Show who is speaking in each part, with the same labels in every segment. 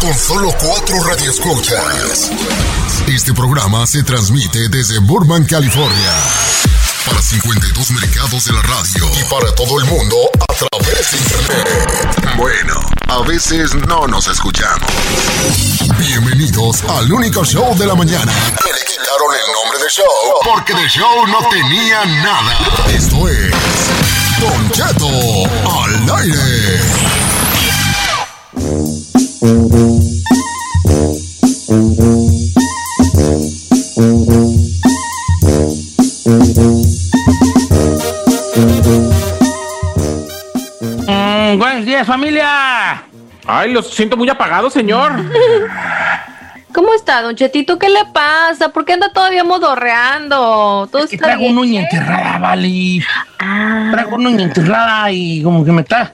Speaker 1: Con solo cuatro radioescuchas. Este programa se transmite desde Burbank, California. Para 52 mercados de la radio y para todo el mundo a través de internet. Bueno, a veces no nos escuchamos. Bienvenidos al único show de la mañana. Me le quitaron el nombre de show porque de show no tenía nada. Esto es Don Cheto al aire.
Speaker 2: Mm, buenos días, familia. Ay, los siento muy apagados, señor.
Speaker 3: ¿Cómo está, Don Chetito? ¿Qué le pasa? ¿Por qué anda todavía modorreando? Todo
Speaker 2: Que
Speaker 3: está
Speaker 2: traigo una
Speaker 3: bien.
Speaker 2: uña enterrada, vale. Traigo una uña enterrada y como que me está.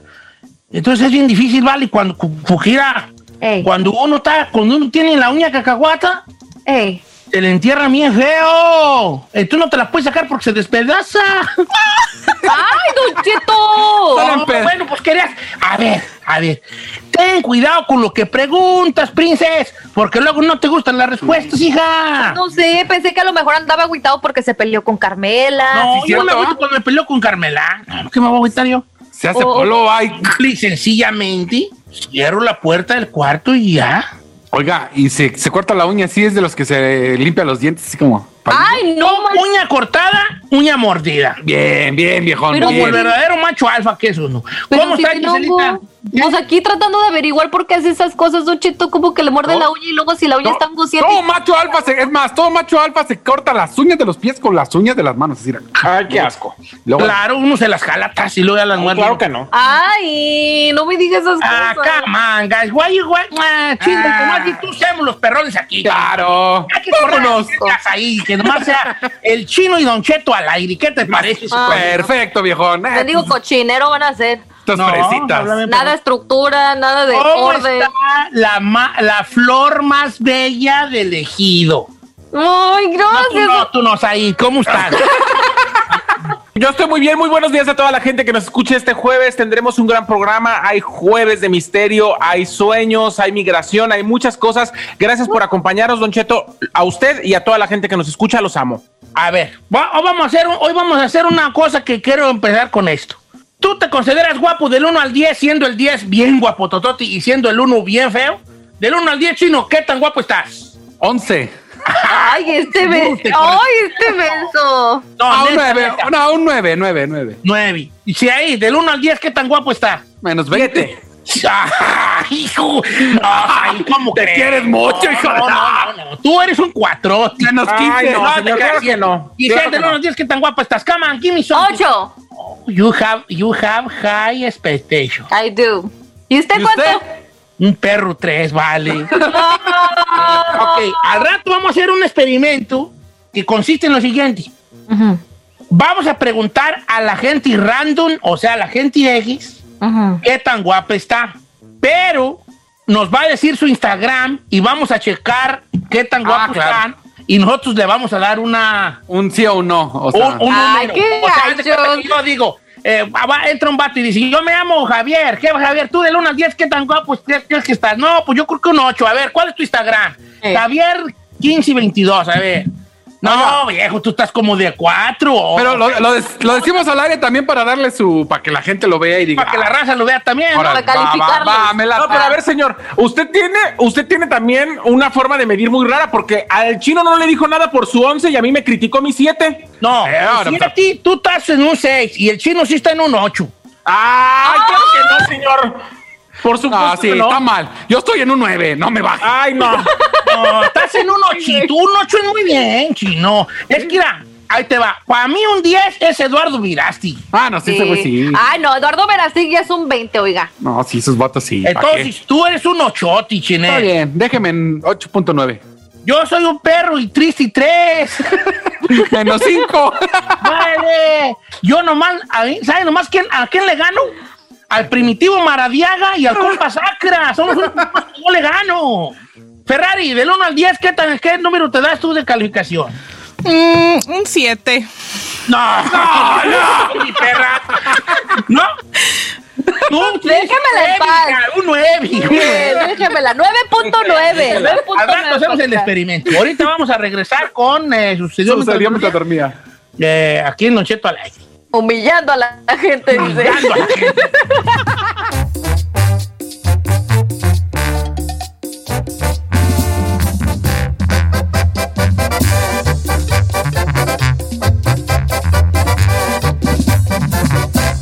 Speaker 2: Entonces es bien difícil, vale, cuando cu- porque mira,
Speaker 3: Ey.
Speaker 2: cuando uno está, cuando uno tiene la uña cacahuata,
Speaker 3: Ey,
Speaker 2: se le entierra bien feo. Eh, Tú no te las puedes sacar porque se despedaza.
Speaker 3: ¡Ay, Don Cheto!
Speaker 2: No, bueno, pues querías. A ver, a ver. Ten cuidado con lo que preguntas, princes, porque luego no te gustan las respuestas, hija.
Speaker 3: No sé, pensé que a lo mejor andaba agüitado porque se peleó con Carmela.
Speaker 2: No,
Speaker 4: sí,
Speaker 2: yo
Speaker 4: cierto,
Speaker 2: me agüito
Speaker 4: ¿ah?
Speaker 2: cuando me peleo con Carmela. No, ¿Qué me voy a agüitar yo?
Speaker 4: Se hace
Speaker 3: Oh.
Speaker 4: polo, ay.
Speaker 2: Y sencillamente cierro la puerta del cuarto y ya.
Speaker 4: Oiga, y se, se corta la uña, sí es de los que se limpia los dientes, así como.
Speaker 3: ¡Ay, no, man-
Speaker 2: Uña cortada, uña mordida.
Speaker 4: Bien, bien, viejón.
Speaker 3: Pero
Speaker 2: Como el
Speaker 4: bien.
Speaker 2: verdadero macho alfa que es uno.
Speaker 3: Pero
Speaker 2: ¿Cómo
Speaker 3: si
Speaker 2: está,
Speaker 3: tiene hongo.
Speaker 2: Giselita?
Speaker 3: Pues aquí tratando de averiguar por qué hace esas cosas, Don Cheto, como que le muerde la uña y luego si la uña
Speaker 4: No,
Speaker 3: está angosiada.
Speaker 4: todo macho alfa se, es más, todo macho alfa se corta las uñas de los pies con las uñas de las manos. Así, ay, qué asco. Luego,
Speaker 2: Claro, uno se las jala tas y luego ya las muerde.
Speaker 4: claro que no.
Speaker 3: ¡Ay, no me digas esas
Speaker 2: Ah,
Speaker 3: cosas!
Speaker 2: come on, guys. Why you- why- ah, chinga,
Speaker 4: Ah.
Speaker 2: nomás y tú seamos los perrones aquí.
Speaker 4: Claro.
Speaker 2: Hay que correr
Speaker 4: Vámonos.
Speaker 2: las ahí, que nomás sea el chino y Don Cheto al aire. ¿Qué te parece?
Speaker 3: Ah.
Speaker 4: Perfecto, viejón. Eh,
Speaker 3: Te digo, cochinero van a hacer.
Speaker 4: Estas
Speaker 2: No,
Speaker 4: fresitas.
Speaker 2: háblame,
Speaker 3: Nada de estructura, nada de
Speaker 2: ¿Cómo
Speaker 3: orden.
Speaker 2: está la, ma- la flor más bella del ejido?
Speaker 3: Ay,
Speaker 2: No, tú
Speaker 3: gracias.
Speaker 2: no, tú no, ahí. ¿Cómo estás?
Speaker 5: Yo estoy muy bien, muy buenos días a toda la gente que nos escucha este jueves. Tendremos un gran programa. Hay jueves de misterio, hay sueños, hay migración, hay muchas cosas. Gracias por acompañarnos, Don Cheto, a usted y a toda la gente que nos escucha. Los amo.
Speaker 2: A ver, va- hoy vamos a, hacer, un- hoy vamos a hacer una cosa que quiero empezar con esto. ¿Tú te consideras guapo del 1 al 10, siendo el 10 bien guapo, Tototi, y siendo el 1 bien feo? Del 1 al 10, chino, ¿qué tan guapo estás?
Speaker 4: 11.
Speaker 3: Ay, este
Speaker 2: Dios,
Speaker 3: beso.
Speaker 2: te corre-
Speaker 3: Ay, este beso.
Speaker 4: A un 9. No, un 9, 9, 9.
Speaker 2: 9. Y si ahí, del 1 al 10, ¿qué tan guapo estás?
Speaker 4: Menos 20.
Speaker 2: ¡Ay, hijo! ¡Ay, cómo
Speaker 4: Te
Speaker 2: crees?
Speaker 4: quieres mucho,
Speaker 2: No,
Speaker 4: hijo de-
Speaker 2: No, no, no, no. Ah, Tú eres un cuatro.
Speaker 4: Menos 15.
Speaker 2: Ay, no,
Speaker 4: No,
Speaker 2: te
Speaker 4: señor,
Speaker 2: creas.
Speaker 4: claro que no.
Speaker 2: Y
Speaker 4: Claro
Speaker 2: si
Speaker 4: que
Speaker 2: no nos dices que tan guapa estás. Come on, give me something.
Speaker 3: Ocho.
Speaker 2: You have, you have high expectation.
Speaker 3: I do. ¿Y usted
Speaker 4: ¿Y
Speaker 3: cuánto?
Speaker 4: usted?
Speaker 2: Un perro tres, vale. ok, al rato vamos a hacer un experimento que consiste en lo siguiente.
Speaker 3: Ujú,
Speaker 2: Vamos a preguntar a la gente random, o sea, a la gente X,
Speaker 3: ujú.
Speaker 2: qué tan guapa está. Pero nos va a decir su Instagram y vamos a checar qué tan
Speaker 4: Ah,
Speaker 2: guapos
Speaker 4: claro.
Speaker 2: están. Y nosotros le vamos a dar una.
Speaker 4: Un sí o un no. O sea,
Speaker 2: un, un
Speaker 3: Ay,
Speaker 2: número.
Speaker 3: qué
Speaker 2: O sea, haz de cuenta
Speaker 3: gachos.
Speaker 2: que yo digo, eh, va- entra un vato y dice, yo me llamo Javier. ¿Qué, Javier? Tú del 1 al 10, ¿qué tan guapo crees crees que estás? No, pues yo creo que un 8. A ver, ¿cuál es tu Instagram?
Speaker 3: Eh.
Speaker 2: Javier 1522, a ver. No, viejo, tú estás como de cuatro.
Speaker 4: Pero lo, lo des- lo decimos al aire también para darle su. para que la gente lo vea y diga.
Speaker 2: Para que la raza lo vea también.
Speaker 4: "Órale,
Speaker 3: para
Speaker 4: va, va,
Speaker 3: calificarlos".
Speaker 4: va, me la-
Speaker 5: No, pero a ver, señor, usted tiene, usted tiene también una forma de medir muy rara porque al chino no le dijo nada por su 11 y a mí me criticó mi 7.
Speaker 2: No, pues
Speaker 4: Eh, ahora,
Speaker 2: mira
Speaker 4: pero-
Speaker 2: a ti, tú estás en un 6 y el chino sí está en un 8.
Speaker 5: ¡Ay, claro que no, señor! Por supuesto
Speaker 4: ¡Ah! No, sí,
Speaker 5: que no.
Speaker 4: está mal. Yo estoy en un 9, no me bajes.
Speaker 5: ¡Ay, no!
Speaker 2: No, estás en un 8. Un 8 es muy bien, chino. Es que mira, ahí te va. Para mí un 10 es Eduardo Virasti.
Speaker 4: Ah, no, sí, ese güey sí.
Speaker 3: Ay, Ah, no, Eduardo Verastig ya es un 20, oiga.
Speaker 4: No, sí, esos vatos Eh, sí. ¿pa'
Speaker 2: Entonces, tú eres un 8,
Speaker 4: qué? Está
Speaker 2: chine.
Speaker 4: bien, déjeme en 8.9.
Speaker 2: Yo soy un perro y triste y tres.
Speaker 4: Menos 5.
Speaker 2: Madre. Yo nomás, a mí, ¿sabes nomás quién, a quién le gano? Al primitivo Maradiaga y al compa Sacra. Somos unos compas que yo le gano. Ferrari, del 1 al 10, ¿qué, tan- ¿qué número te das tú de calificación?
Speaker 6: Mm, un 7.
Speaker 2: No, no, no, mi perra. No. Tú,
Speaker 3: Déjamela en paz.
Speaker 2: Un 9.
Speaker 3: Eh, Déjemela, 9.9.
Speaker 2: Al rato
Speaker 3: pues,
Speaker 2: hacemos el
Speaker 3: 9.9.
Speaker 2: experimento. Ahorita vamos a regresar con eh, Sucedió mientras
Speaker 4: Sucedió mientras
Speaker 2: dormía,
Speaker 4: dormía.
Speaker 2: eh, aquí en Nocheto al aire.
Speaker 3: Humillando a la gente, dice.
Speaker 2: Dando a la gente.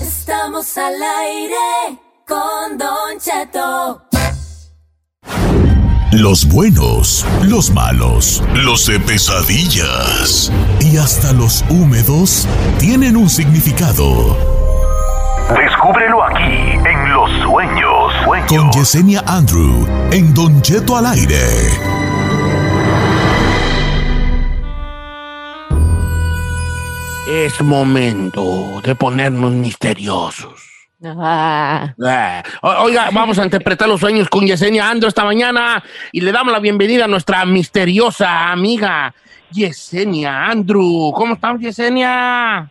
Speaker 7: Estamos al aire con Don Cheto.
Speaker 1: Los buenos, los malos, los de pesadillas y hasta los húmedos tienen un significado.
Speaker 8: Descúbrelo aquí en Los Sueños. Sueños.
Speaker 1: Con Yesenia Andrew en Don Cheto al aire.
Speaker 2: Es momento de ponernos misteriosos.
Speaker 3: Ah.
Speaker 2: Ah, o- Oiga, vamos a interpretar los sueños con Yesenia Andro esta mañana y le damos la bienvenida a nuestra misteriosa amiga Yesenia Andrew. ¿Cómo estamos, Yesenia?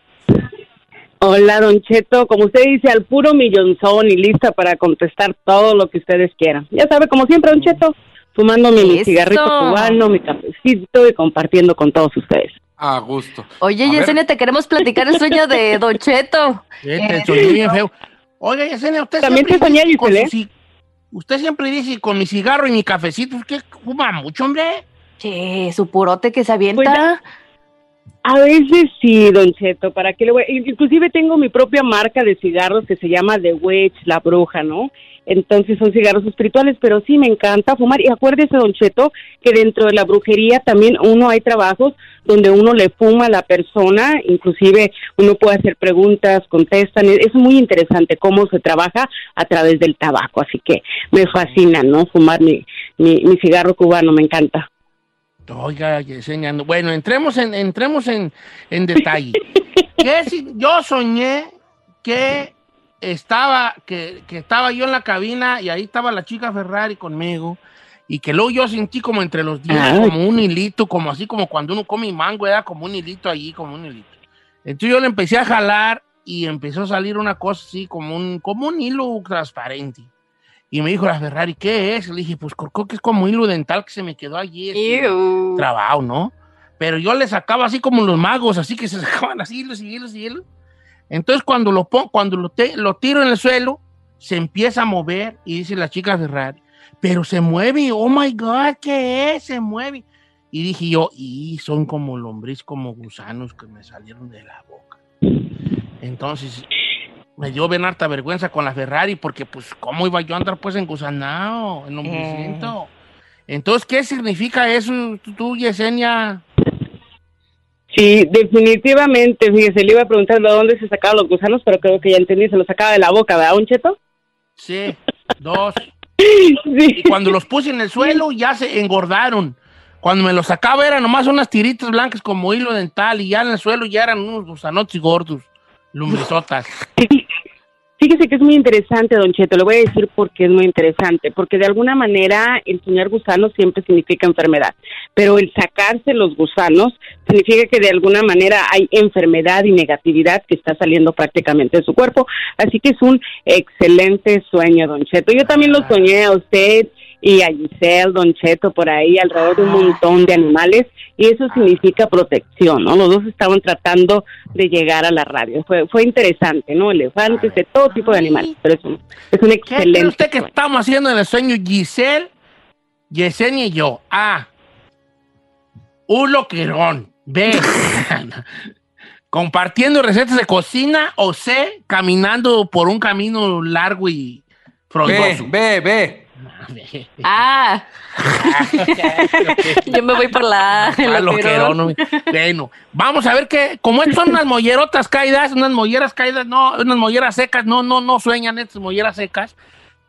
Speaker 9: Hola, Don Cheto. Como usted dice, al puro millonzón y lista para contestar todo lo que ustedes quieran. Ya sabe, como siempre, Don Cheto, fumándome mi
Speaker 3: Eso.
Speaker 9: cigarrito cubano, mi cafecito y compartiendo con todos ustedes.
Speaker 4: A gusto.
Speaker 3: Oye,
Speaker 4: A ver.
Speaker 3: Yesenia, te queremos platicar el sueño de Don Cheto.
Speaker 2: Este,
Speaker 3: Eh,
Speaker 2: soñé bien feo. Oiga, Yesenia, usted
Speaker 9: También
Speaker 2: siempre
Speaker 9: te soñé,
Speaker 2: dice con
Speaker 9: Giselle,
Speaker 2: su ci- Usted siempre dice con mi cigarro y mi cafecito, ¿qué fuma mucho, hombre?
Speaker 3: Che, su purote que se avienta.
Speaker 9: Pues, A veces sí, Don Cheto, ¿para qué le voy? In- Inclusive tengo mi propia marca de cigarros que se llama The Witch, la bruja, ¿no? Entonces son cigarros espirituales, pero sí me encanta fumar. Y acuérdese, Don Cheto, que dentro de la brujería también uno hay trabajos donde uno le fuma a la persona, inclusive uno puede hacer preguntas, contestan. Es es muy interesante cómo se trabaja a través del tabaco, así que me fascina, ¿no? Fumar mi, mi, mi cigarro cubano, me encanta.
Speaker 2: Oiga, Yesenia, Andrew. bueno, entremos en, entremos en, en detalle. ¿Qué si- yo soñé que estaba, que, que estaba yo en la cabina y ahí estaba la chica Ferrari conmigo y que luego yo sentí como entre los dientes,
Speaker 9: Ay.
Speaker 2: como un hilito, como así como cuando uno come mango, era como un hilito allí, como un hilito. Entonces yo le empecé a jalar y empezó a salir una cosa así, como un, como un hilo transparente. Y me dijo la Ferrari, ¿qué es? Le dije, pues creo que es como hilo dental que se me quedó allí. así,
Speaker 3: Ew.
Speaker 2: trabado, ¿no? Pero yo le sacaba así como los magos, así que se sacaban así hilos y hilos y hilos. Entonces cuando lo pon- cuando lo, te- lo tiro en el suelo, se empieza a mover y dice la chica Ferrari, pero se mueve, oh my God, ¿qué es? Se mueve. Y dije yo, y son como lombriz, como gusanos que me salieron de la boca. Entonces me dio bien harta vergüenza con la Ferrari porque pues cómo iba yo a andar pues en gusanao, en lombriciento. Entonces, ¿qué significa eso tú- tú, Yesenia?
Speaker 9: Sí, definitivamente. Fíjese, le iba preguntando de dónde se sacaban los gusanos, pero creo que ya entendí, se los sacaba de la boca, ¿verdad, un cheto?
Speaker 2: Sí, dos.
Speaker 9: Sí.
Speaker 2: Y cuando los puse en el suelo ya se engordaron. Cuando me los sacaba eran nomás unas tiritas blancas como hilo dental y ya en el suelo ya eran unos gusanotes gordos, lumbrizotas.
Speaker 9: Fíjese que es muy interesante, Don Cheto. Le voy a decir por qué es muy interesante. Porque de alguna manera el soñar gusanos siempre significa enfermedad. Pero el sacarse los gusanos significa que de alguna manera hay enfermedad y negatividad que está saliendo prácticamente de su cuerpo. Así que es un excelente sueño, Don Cheto. Yo también lo soñé a usted y a Giselle, Don Cheto, por ahí, alrededor de un montón de animales, y eso significa protección, ¿no? Los dos estaban tratando de llegar a la radio. Fue, fue interesante, ¿no? Elefantes, de todo tipo de animales, pero es un, es un
Speaker 2: ¿Qué cree
Speaker 9: excelente.
Speaker 2: usted que estamos haciendo en el sueño Giselle, Yesenia y yo? A. Ulo Quirón. B. compartiendo recetas de cocina. O C. Caminando por un camino largo y frondoso.
Speaker 5: Ve, ve.
Speaker 3: Ah. Yo me voy por la A.
Speaker 2: Ah,
Speaker 3: el
Speaker 2: lo
Speaker 3: operón.
Speaker 2: querón, hombre. Bueno, vamos a ver que, como estas son unas mollerotas caídas, unas molleras caídas, no, unas molleras secas, no, no, no sueñan estas molleras secas,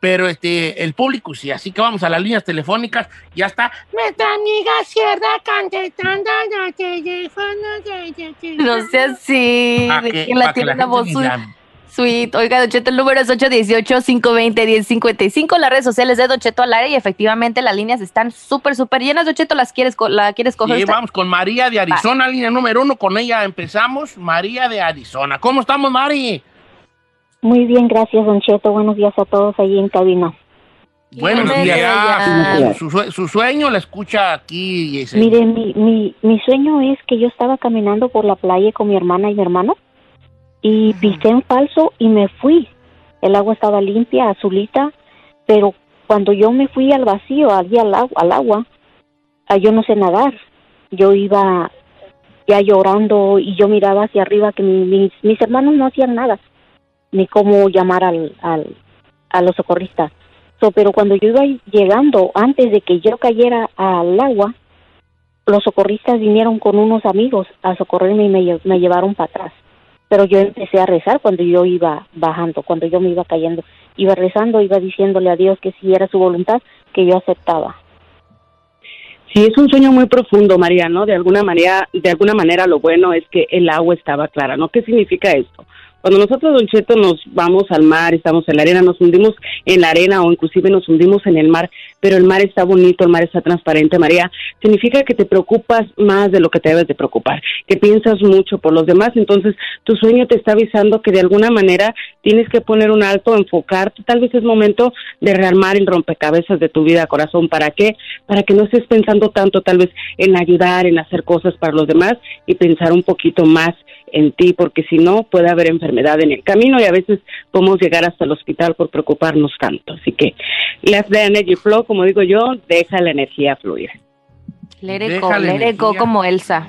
Speaker 2: pero este, el público sí, así que vamos a las líneas telefónicas, ya está.
Speaker 10: Nuestra amiga Sierra contestando los teléfonos de
Speaker 3: No sea así.
Speaker 2: Pa' que-
Speaker 3: de que la
Speaker 2: pa' que
Speaker 3: tiene
Speaker 2: la
Speaker 3: la voz
Speaker 2: gente
Speaker 3: su-
Speaker 2: llame.
Speaker 3: sweet. Oiga, Don Cheto, el número es 818-520-1055. Las redes sociales de Don Cheto al aire y efectivamente las líneas están súper, súper llenas. Don Cheto, ¿las quieres, co- ¿la quieres coger?
Speaker 2: Y
Speaker 3: usted?
Speaker 2: vamos con María de Arizona, línea número uno, con ella empezamos, María de Arizona. ¿Cómo estamos, Mari?
Speaker 11: Muy bien, gracias, Don Cheto. Buenos días a todos ahí en cabina.
Speaker 2: Buenos
Speaker 11: Buenos
Speaker 2: días.
Speaker 11: días.
Speaker 2: Su, su- su sueño la escucha aquí, Yesenia.
Speaker 11: Mire, mi, mi, mi sueño es que yo estaba caminando por la playa con mi hermana y mi hermano y pisé en falso y me fui. El agua estaba limpia, azulita, pero cuando yo me fui al vacío, allí al, agu- al agua, ah, yo no sé nadar. Yo iba ya llorando y yo miraba hacia arriba que mi- mis, mis hermanos no hacían nada, ni cómo llamar al, al, a los socorristas. So, pero cuando yo iba llegando, antes de que yo cayera al agua, los socorristas vinieron con unos amigos a socorrerme y me, lle- me llevaron para atrás. Pero yo empecé a rezar cuando yo iba bajando, cuando yo me iba cayendo. Iba rezando, iba diciéndole a Dios que si era su voluntad, que yo aceptaba.
Speaker 9: Sí, es un sueño muy profundo, María, ¿no? De alguna manera, de alguna manera lo bueno es que el agua estaba clara, ¿no? ¿Qué significa esto? Cuando nosotros, Don Cheto, nos vamos al mar, estamos en la arena, nos hundimos en la arena o inclusive nos hundimos en el mar, pero el mar está bonito, el mar está transparente, María, significa que te preocupas más de lo que te debes de preocupar, que piensas mucho por los demás, entonces tu sueño te está avisando que de alguna manera tienes que poner un alto, enfocarte, tal vez es momento de rearmar el rompecabezas de tu vida, corazón, ¿para qué? Para que no estés pensando tanto tal vez en ayudar, en hacer cosas para los demás y pensar un poquito más en ti, porque si no puede haber enfermedad en el camino y a veces podemos llegar hasta el hospital por preocuparnos tanto. Así que, let the energy flow, como digo yo, deja la energía fluir.
Speaker 3: Lereco,
Speaker 2: Déjale
Speaker 3: Lereco
Speaker 2: energía.
Speaker 3: como Elsa.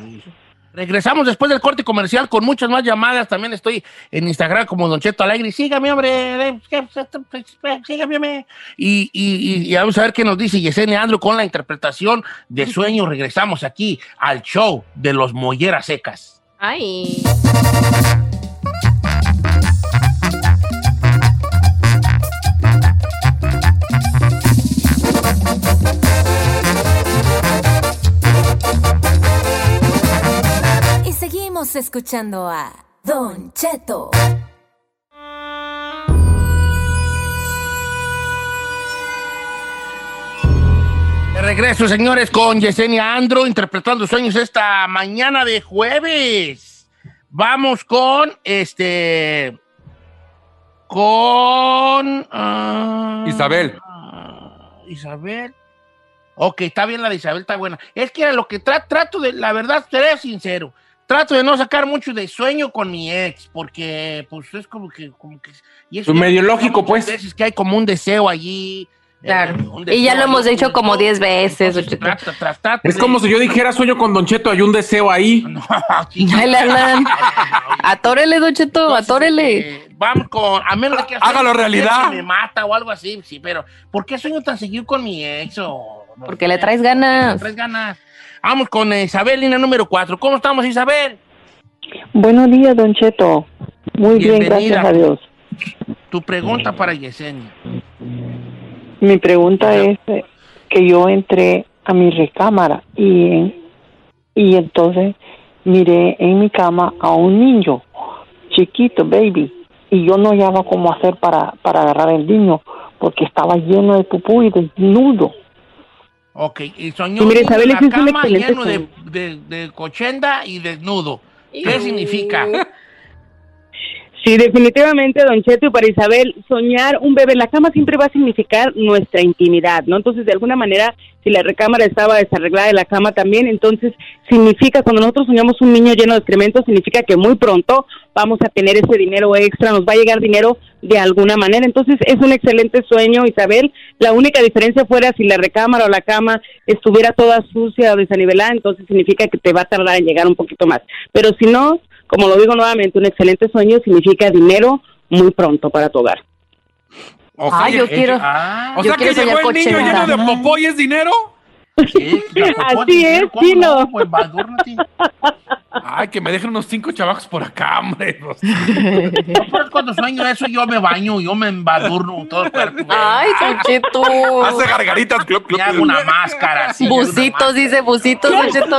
Speaker 2: Regresamos después del corte comercial con muchas más llamadas. También estoy en Instagram como Don Cheto Alegre. Sígame, hombre. pues, Sígame, hombre. Y, y- y- y vamos a ver qué nos dice Yesenia Andrew con la interpretación de sueños. Regresamos aquí al show de los Molleras Secas.
Speaker 3: Ay.
Speaker 7: Y seguimos escuchando a Don Cheto.
Speaker 2: De regreso, señores, con Yesenia Andro interpretando sueños esta mañana de jueves. Vamos con este. Con. ah,
Speaker 5: Isabel.
Speaker 2: Isabel. Ok, está bien la de Isabel, está buena. Es que lo que tra- trato de, la verdad, seré sincero, trato de no sacar mucho de sueño con mi ex, porque pues es como que... Como que y eso
Speaker 5: Pues
Speaker 2: ya
Speaker 5: medio
Speaker 2: lo
Speaker 5: lógico,
Speaker 2: hablamos muchas
Speaker 5: pues.
Speaker 2: veces, que hay como un deseo allí.
Speaker 3: Claro.
Speaker 2: eh, un
Speaker 3: Y ya
Speaker 2: deseo
Speaker 3: lo hemos
Speaker 2: allí,
Speaker 3: dicho
Speaker 2: un
Speaker 3: como
Speaker 2: deseo.
Speaker 3: 10 veces.
Speaker 2: Entonces, trata, trata, trata
Speaker 5: Es
Speaker 2: de-
Speaker 5: como si yo dijera sueño con Don Cheto, hay un deseo ahí.
Speaker 3: Ay, le hablan. Atórele, Don Cheto, atórele.
Speaker 2: este, Vamos con. A menos de que.
Speaker 5: Hágalo realidad.
Speaker 2: Me mata o algo así, sí, pero ¿por qué sueño tan seguido con mi ex? o- no
Speaker 3: Porque
Speaker 2: sé?
Speaker 3: le traes ganas.
Speaker 2: Le traes ganas. Vamos con eh, Isabel, línea número 4. ¿Cómo estamos, Isabel?
Speaker 12: Buenos días, Don Cheto. Muy bien,
Speaker 2: Bienvenida.
Speaker 12: gracias a Dios.
Speaker 2: Tu pregunta para Yesenia.
Speaker 12: Mi pregunta es eh, que yo entré a mi recámara y, y entonces miré en mi cama a un niño, chiquito, baby, y yo no hallaba cómo hacer para, para agarrar el niño porque estaba lleno de pupú y desnudo.
Speaker 2: Ok, y soñó
Speaker 12: Sí, mire,
Speaker 2: niño
Speaker 12: Isabel, ese
Speaker 2: en la
Speaker 12: es un
Speaker 2: cama
Speaker 12: excelente
Speaker 2: lleno de, de, de cochenda y desnudo. ¿Qué significa?
Speaker 9: Sí, definitivamente, Don Cheto y para Isabel, soñar un bebé en la cama siempre va a significar nuestra intimidad, ¿no? Entonces, de alguna manera, si la recámara estaba desarreglada y la cama también, entonces significa, cuando nosotros soñamos un niño lleno de excrementos, significa que muy pronto vamos a tener ese dinero extra, nos va a llegar dinero de alguna manera. Entonces, es un excelente sueño, Isabel. La única diferencia fuera si la recámara o la cama estuviera toda sucia o desanivelada, entonces significa que te va a tardar en llegar un poquito más. Pero si no, como lo digo nuevamente, un excelente sueño significa dinero muy pronto para tu hogar.
Speaker 4: O
Speaker 3: Ah, yo quiero-
Speaker 4: o
Speaker 3: yo
Speaker 4: sea
Speaker 3: quiero
Speaker 4: que llegó el
Speaker 3: soñar
Speaker 4: niño lleno
Speaker 3: cochinadas.
Speaker 4: de popó y es dinero.
Speaker 9: Así es, Chino.
Speaker 2: Pues,
Speaker 4: Ay, que me dejen unos cinco chavacos por acá, hombre. Los-
Speaker 2: Por cuando sueño eso, yo me baño, yo me embadurno todo el cuerpo.
Speaker 3: Ay, Don Cheto.
Speaker 4: Hace gargaritas. Club,
Speaker 2: Me hago una pues, máscara así.
Speaker 3: Busitos, dice busitos, Don Cheto.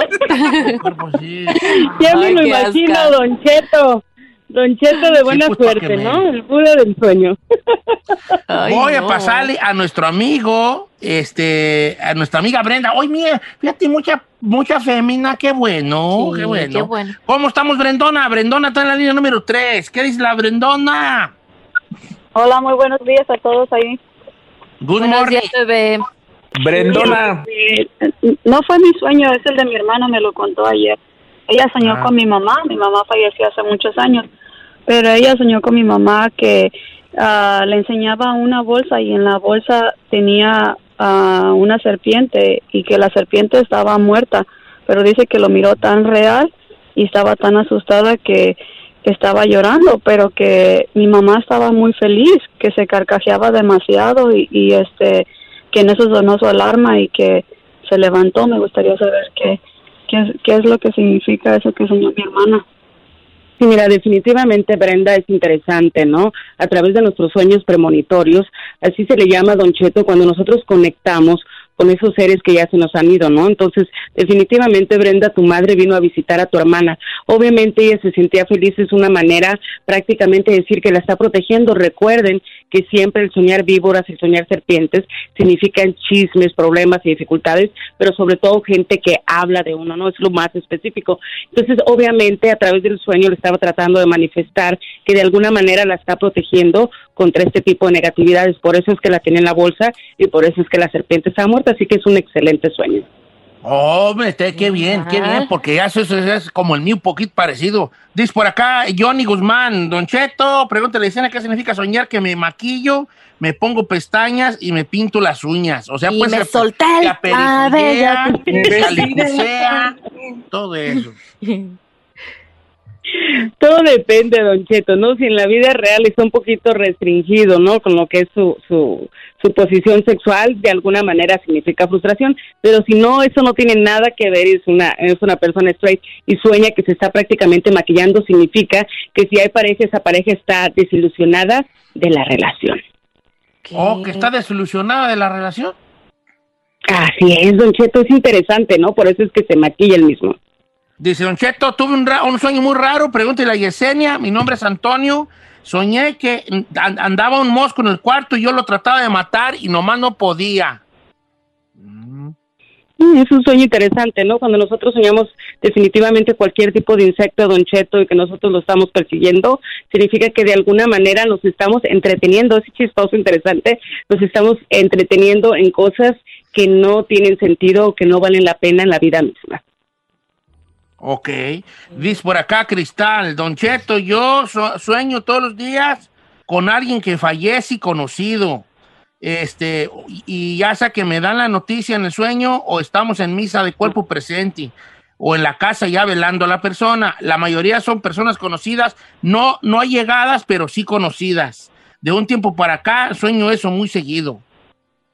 Speaker 9: Ya me
Speaker 3: Ay,
Speaker 9: lo
Speaker 3: qué
Speaker 9: imagino,
Speaker 3: asco.
Speaker 9: Don Cheto. Don Cheto de buena
Speaker 2: pues, pa' que
Speaker 9: suerte,
Speaker 2: me-
Speaker 9: ¿no? El puro del sueño.
Speaker 2: Voy a
Speaker 9: no.
Speaker 2: pasarle a nuestro amigo, este, a nuestra amiga Brenda. Hoy, mía, fíjate, mucha, mucha fémina, qué bueno,
Speaker 3: Sí,
Speaker 2: qué bueno.
Speaker 3: qué bueno.
Speaker 2: ¿Cómo estamos, Brendona? Brendona está en la línea número 3. ¿Qué dice la Brendona?
Speaker 13: Hola, muy buenos días a todos ahí.
Speaker 2: Good
Speaker 13: Buenos
Speaker 2: morning.
Speaker 13: días, bebé.
Speaker 5: Brendona.
Speaker 13: Eh, No fue mi sueño, es el de mi hermana, me lo contó ayer. Ella soñó
Speaker 5: Ah.
Speaker 13: con mi mamá, mi mamá falleció hace muchos años, pero ella soñó con mi mamá que ah, le enseñaba una bolsa y en la bolsa tenía ah, una serpiente y que la serpiente estaba muerta, pero dice que lo miró tan real y estaba tan asustada que estaba llorando, pero que mi mamá estaba muy feliz, que se carcajeaba demasiado y, y, este que en eso sonó su alarma y que se levantó. Me gustaría saber qué qué es, qué es lo que significa eso que soñó mi hermana.
Speaker 9: Sí, mira, definitivamente Brenda es interesante, ¿no? A través de nuestros sueños premonitorios, así se le llama Don Cheto cuando nosotros conectamos con esos seres que ya se nos han ido, ¿no? Entonces, definitivamente Brenda, tu madre vino a visitar a tu hermana. Obviamente ella se sentía feliz, es una manera prácticamente de decir que la está protegiendo. Recuerden que siempre el soñar víboras, el soñar serpientes, significan chismes, problemas y dificultades, pero sobre todo gente que habla de uno, ¿no? Es lo más específico. Entonces, obviamente, a través del sueño le estaba tratando de manifestar que de alguna manera la está protegiendo contra este tipo de negatividades. Por eso es que la tiene en la bolsa y por eso es que la serpiente está muerta. Así que es un excelente sueño.
Speaker 2: Oh, hombre, este, qué bien, qué bien, porque ya eso, eso- eso es como el mío, un poquito parecido. Dice por acá Johnny Guzmán, Don Cheto, pregúntale, escena qué significa soñar que me maquillo, me pongo pestañas y me pinto las uñas. O sea,
Speaker 3: Y
Speaker 2: pues.
Speaker 3: me
Speaker 2: la-
Speaker 3: solté
Speaker 2: la
Speaker 3: el cabello. pues.
Speaker 2: periferia, me calicucea, todo eso.
Speaker 9: Todo depende, Don Cheto, ¿no? Si en la vida real está un poquito restringido, ¿no? Con lo que es su, su, su posición sexual, de alguna manera significa frustración, pero si no, eso no tiene nada que ver, es una, es una persona straight y sueña que se está prácticamente maquillando, significa que si hay pareja, esa pareja está desilusionada de la relación.
Speaker 2: Oh, que está desilusionada de la relación.
Speaker 9: Así es, Don Cheto, es interesante, ¿no? Por eso es que se maquilla el mismo.
Speaker 2: Dice Don Cheto, tuve un, ra- un sueño muy raro, pregúntale a Yesenia, mi nombre es Antonio, soñé que an- andaba un mosco en el cuarto y yo lo trataba de matar y nomás no podía.
Speaker 9: Mm, Es un sueño interesante, ¿no? Cuando nosotros soñamos definitivamente cualquier tipo de insecto, don Cheto, y que nosotros lo estamos persiguiendo, significa que de alguna manera nos estamos entreteniendo, es chistoso, interesante, nos estamos entreteniendo en cosas que no tienen sentido o que no valen la pena en la vida misma.
Speaker 2: Ok. Dice por acá, Cristal, Don Cheto, yo so- sueño todos los días con alguien que fallece y conocido. Este, y- y ya sea que me dan la noticia en el sueño o estamos en misa de cuerpo presente o en la casa ya velando a la persona. La mayoría son personas conocidas, no, no llegadas, pero sí conocidas. De un tiempo para acá sueño eso muy seguido.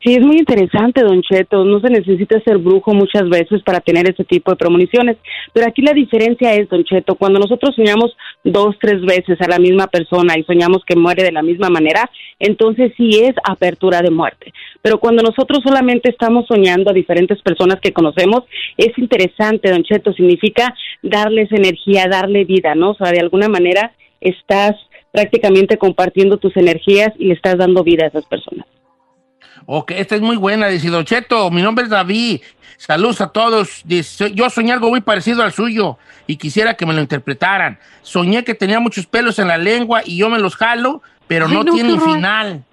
Speaker 9: Sí, es muy interesante, don Cheto. No se necesita ser brujo muchas veces para tener ese tipo de premoniciones. Pero aquí la diferencia es, don Cheto, cuando nosotros soñamos dos, tres veces a la misma persona y soñamos que muere de la misma manera, entonces sí es apertura de muerte. Pero cuando nosotros solamente estamos soñando a diferentes personas que conocemos, es interesante, don Cheto. Significa darles energía, darle vida, ¿no? O sea, de alguna manera estás prácticamente compartiendo tus energías y le estás dando vida a esas personas.
Speaker 2: Ok, esta es muy buena. Dice Don Cheto, mi nombre es David. Saludos a todos. Dice, yo soñé algo muy parecido al suyo y quisiera que me lo interpretaran. Soñé que tenía muchos pelos en la lengua y yo me los jalo, pero
Speaker 3: Ay,
Speaker 2: no,
Speaker 3: no, qué
Speaker 2: tienen
Speaker 3: horror.
Speaker 2: final.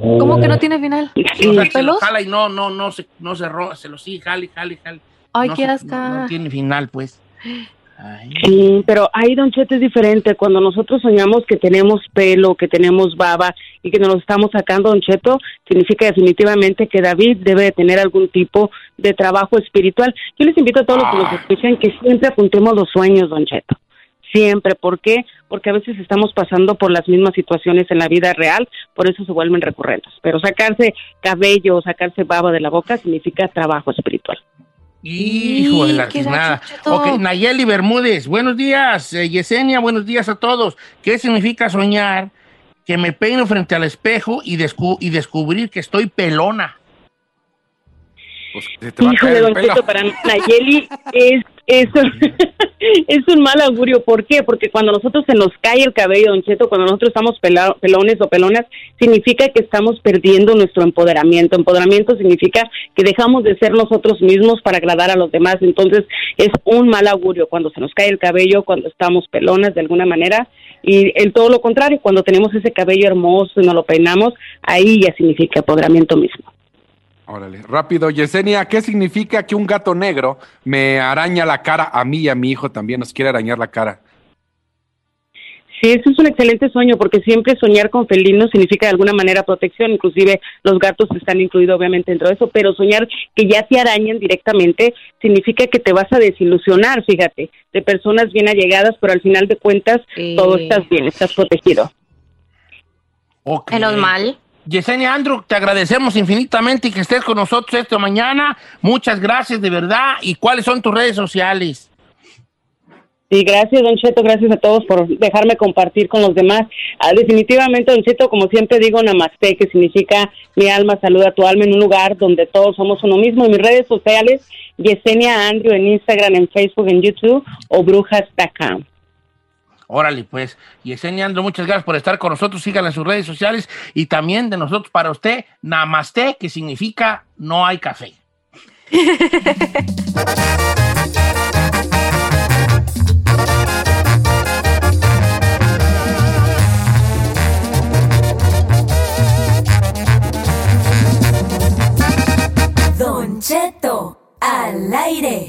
Speaker 3: ¿Cómo que no tiene final?
Speaker 2: O sea,
Speaker 3: ¿Los
Speaker 2: se los
Speaker 3: pelos?
Speaker 2: jala y no, no, no se, no se roba, se los sigue, jale, jale, jale.
Speaker 3: Ay,
Speaker 2: no
Speaker 3: qué
Speaker 2: se-
Speaker 3: asco.
Speaker 2: no- no tiene final, pues.
Speaker 9: Sí, pero ahí, Don Cheto, es diferente. Cuando nosotros soñamos que tenemos pelo, que tenemos baba y que nos lo estamos sacando, Don Cheto, significa definitivamente que David debe de tener algún tipo de trabajo espiritual. Yo les invito a todos los que nos escuchan que siempre apuntemos los sueños, Don Cheto. Siempre. ¿Por qué? Porque a veces estamos pasando por las mismas situaciones en la vida real, por eso se vuelven recurrentes. Pero sacarse cabello o sacarse baba de la boca significa trabajo espiritual.
Speaker 2: Hijo de la
Speaker 9: qué gacho,
Speaker 2: tiznada.
Speaker 9: Cheto.
Speaker 2: Ok, Nayeli Bermúdez, buenos días. Eh, Yesenia, buenos días a todos. ¿Qué significa soñar que me peino frente al espejo y, descu- y descubrir que estoy pelona?
Speaker 4: Pues,
Speaker 9: Híjole, Don Cheto, para Nayeli es, es, un- es un mal augurio. ¿Por qué? Porque cuando nosotros se nos cae el cabello, Don Cheto, cuando nosotros estamos pela- pelones o pelonas, significa que estamos perdiendo nuestro empoderamiento. Empoderamiento significa que dejamos de ser nosotros mismos para agradar a los demás. Entonces, es un mal augurio cuando se nos cae el cabello, cuando estamos pelonas de alguna manera. Y el todo lo contrario, cuando tenemos ese cabello hermoso y nos lo peinamos, ahí ya significa empoderamiento mismo.
Speaker 4: Órale, rápido, Yesenia, ¿qué significa que un gato negro me araña la cara a mí y a mi hijo también nos quiere arañar la cara?
Speaker 9: Sí, eso es un excelente sueño porque siempre soñar con felinos significa de alguna manera protección, inclusive los gatos están incluidos obviamente dentro de eso, pero soñar que ya te arañan directamente significa que te vas a desilusionar, fíjate, de personas bien allegadas, pero al final de cuentas todo estás bien, estás protegido.
Speaker 2: Ok.
Speaker 3: Menos mal.
Speaker 2: Yesenia Andrew, te agradecemos infinitamente que estés con nosotros esta mañana. Muchas gracias de verdad. ¿Y cuáles son tus redes sociales?
Speaker 9: Sí, gracias, Don Cheto, gracias a todos por dejarme compartir con los demás. Ah, definitivamente, Don Cheto, como siempre digo, Namaste, que significa mi alma saluda a tu alma en un lugar donde todos somos uno mismo. En mis redes sociales, Yesenia Andrew en Instagram, en Facebook, en YouTube o brujas.com.
Speaker 2: Órale, pues. Yesenia Andro, muchas gracias por estar con nosotros. Síganla en sus redes sociales y también de nosotros para usted, Namaste, que significa no hay café.
Speaker 7: Don Cheto al aire.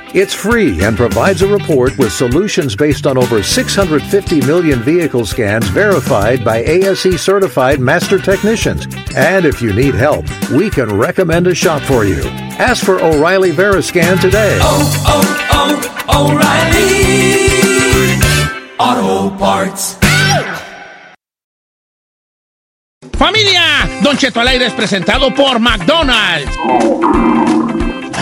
Speaker 14: It's free and provides a report with solutions based on over 650 million vehicle scans verified by ASE certified master technicians. And if you need help, we can recommend a shop for you. Ask for O'Reilly Veriscan today.
Speaker 8: Oh, oh, oh, O'Reilly. Auto Parts.
Speaker 2: ¡Familia! Don Cheto al aire es presentado por McDonald's.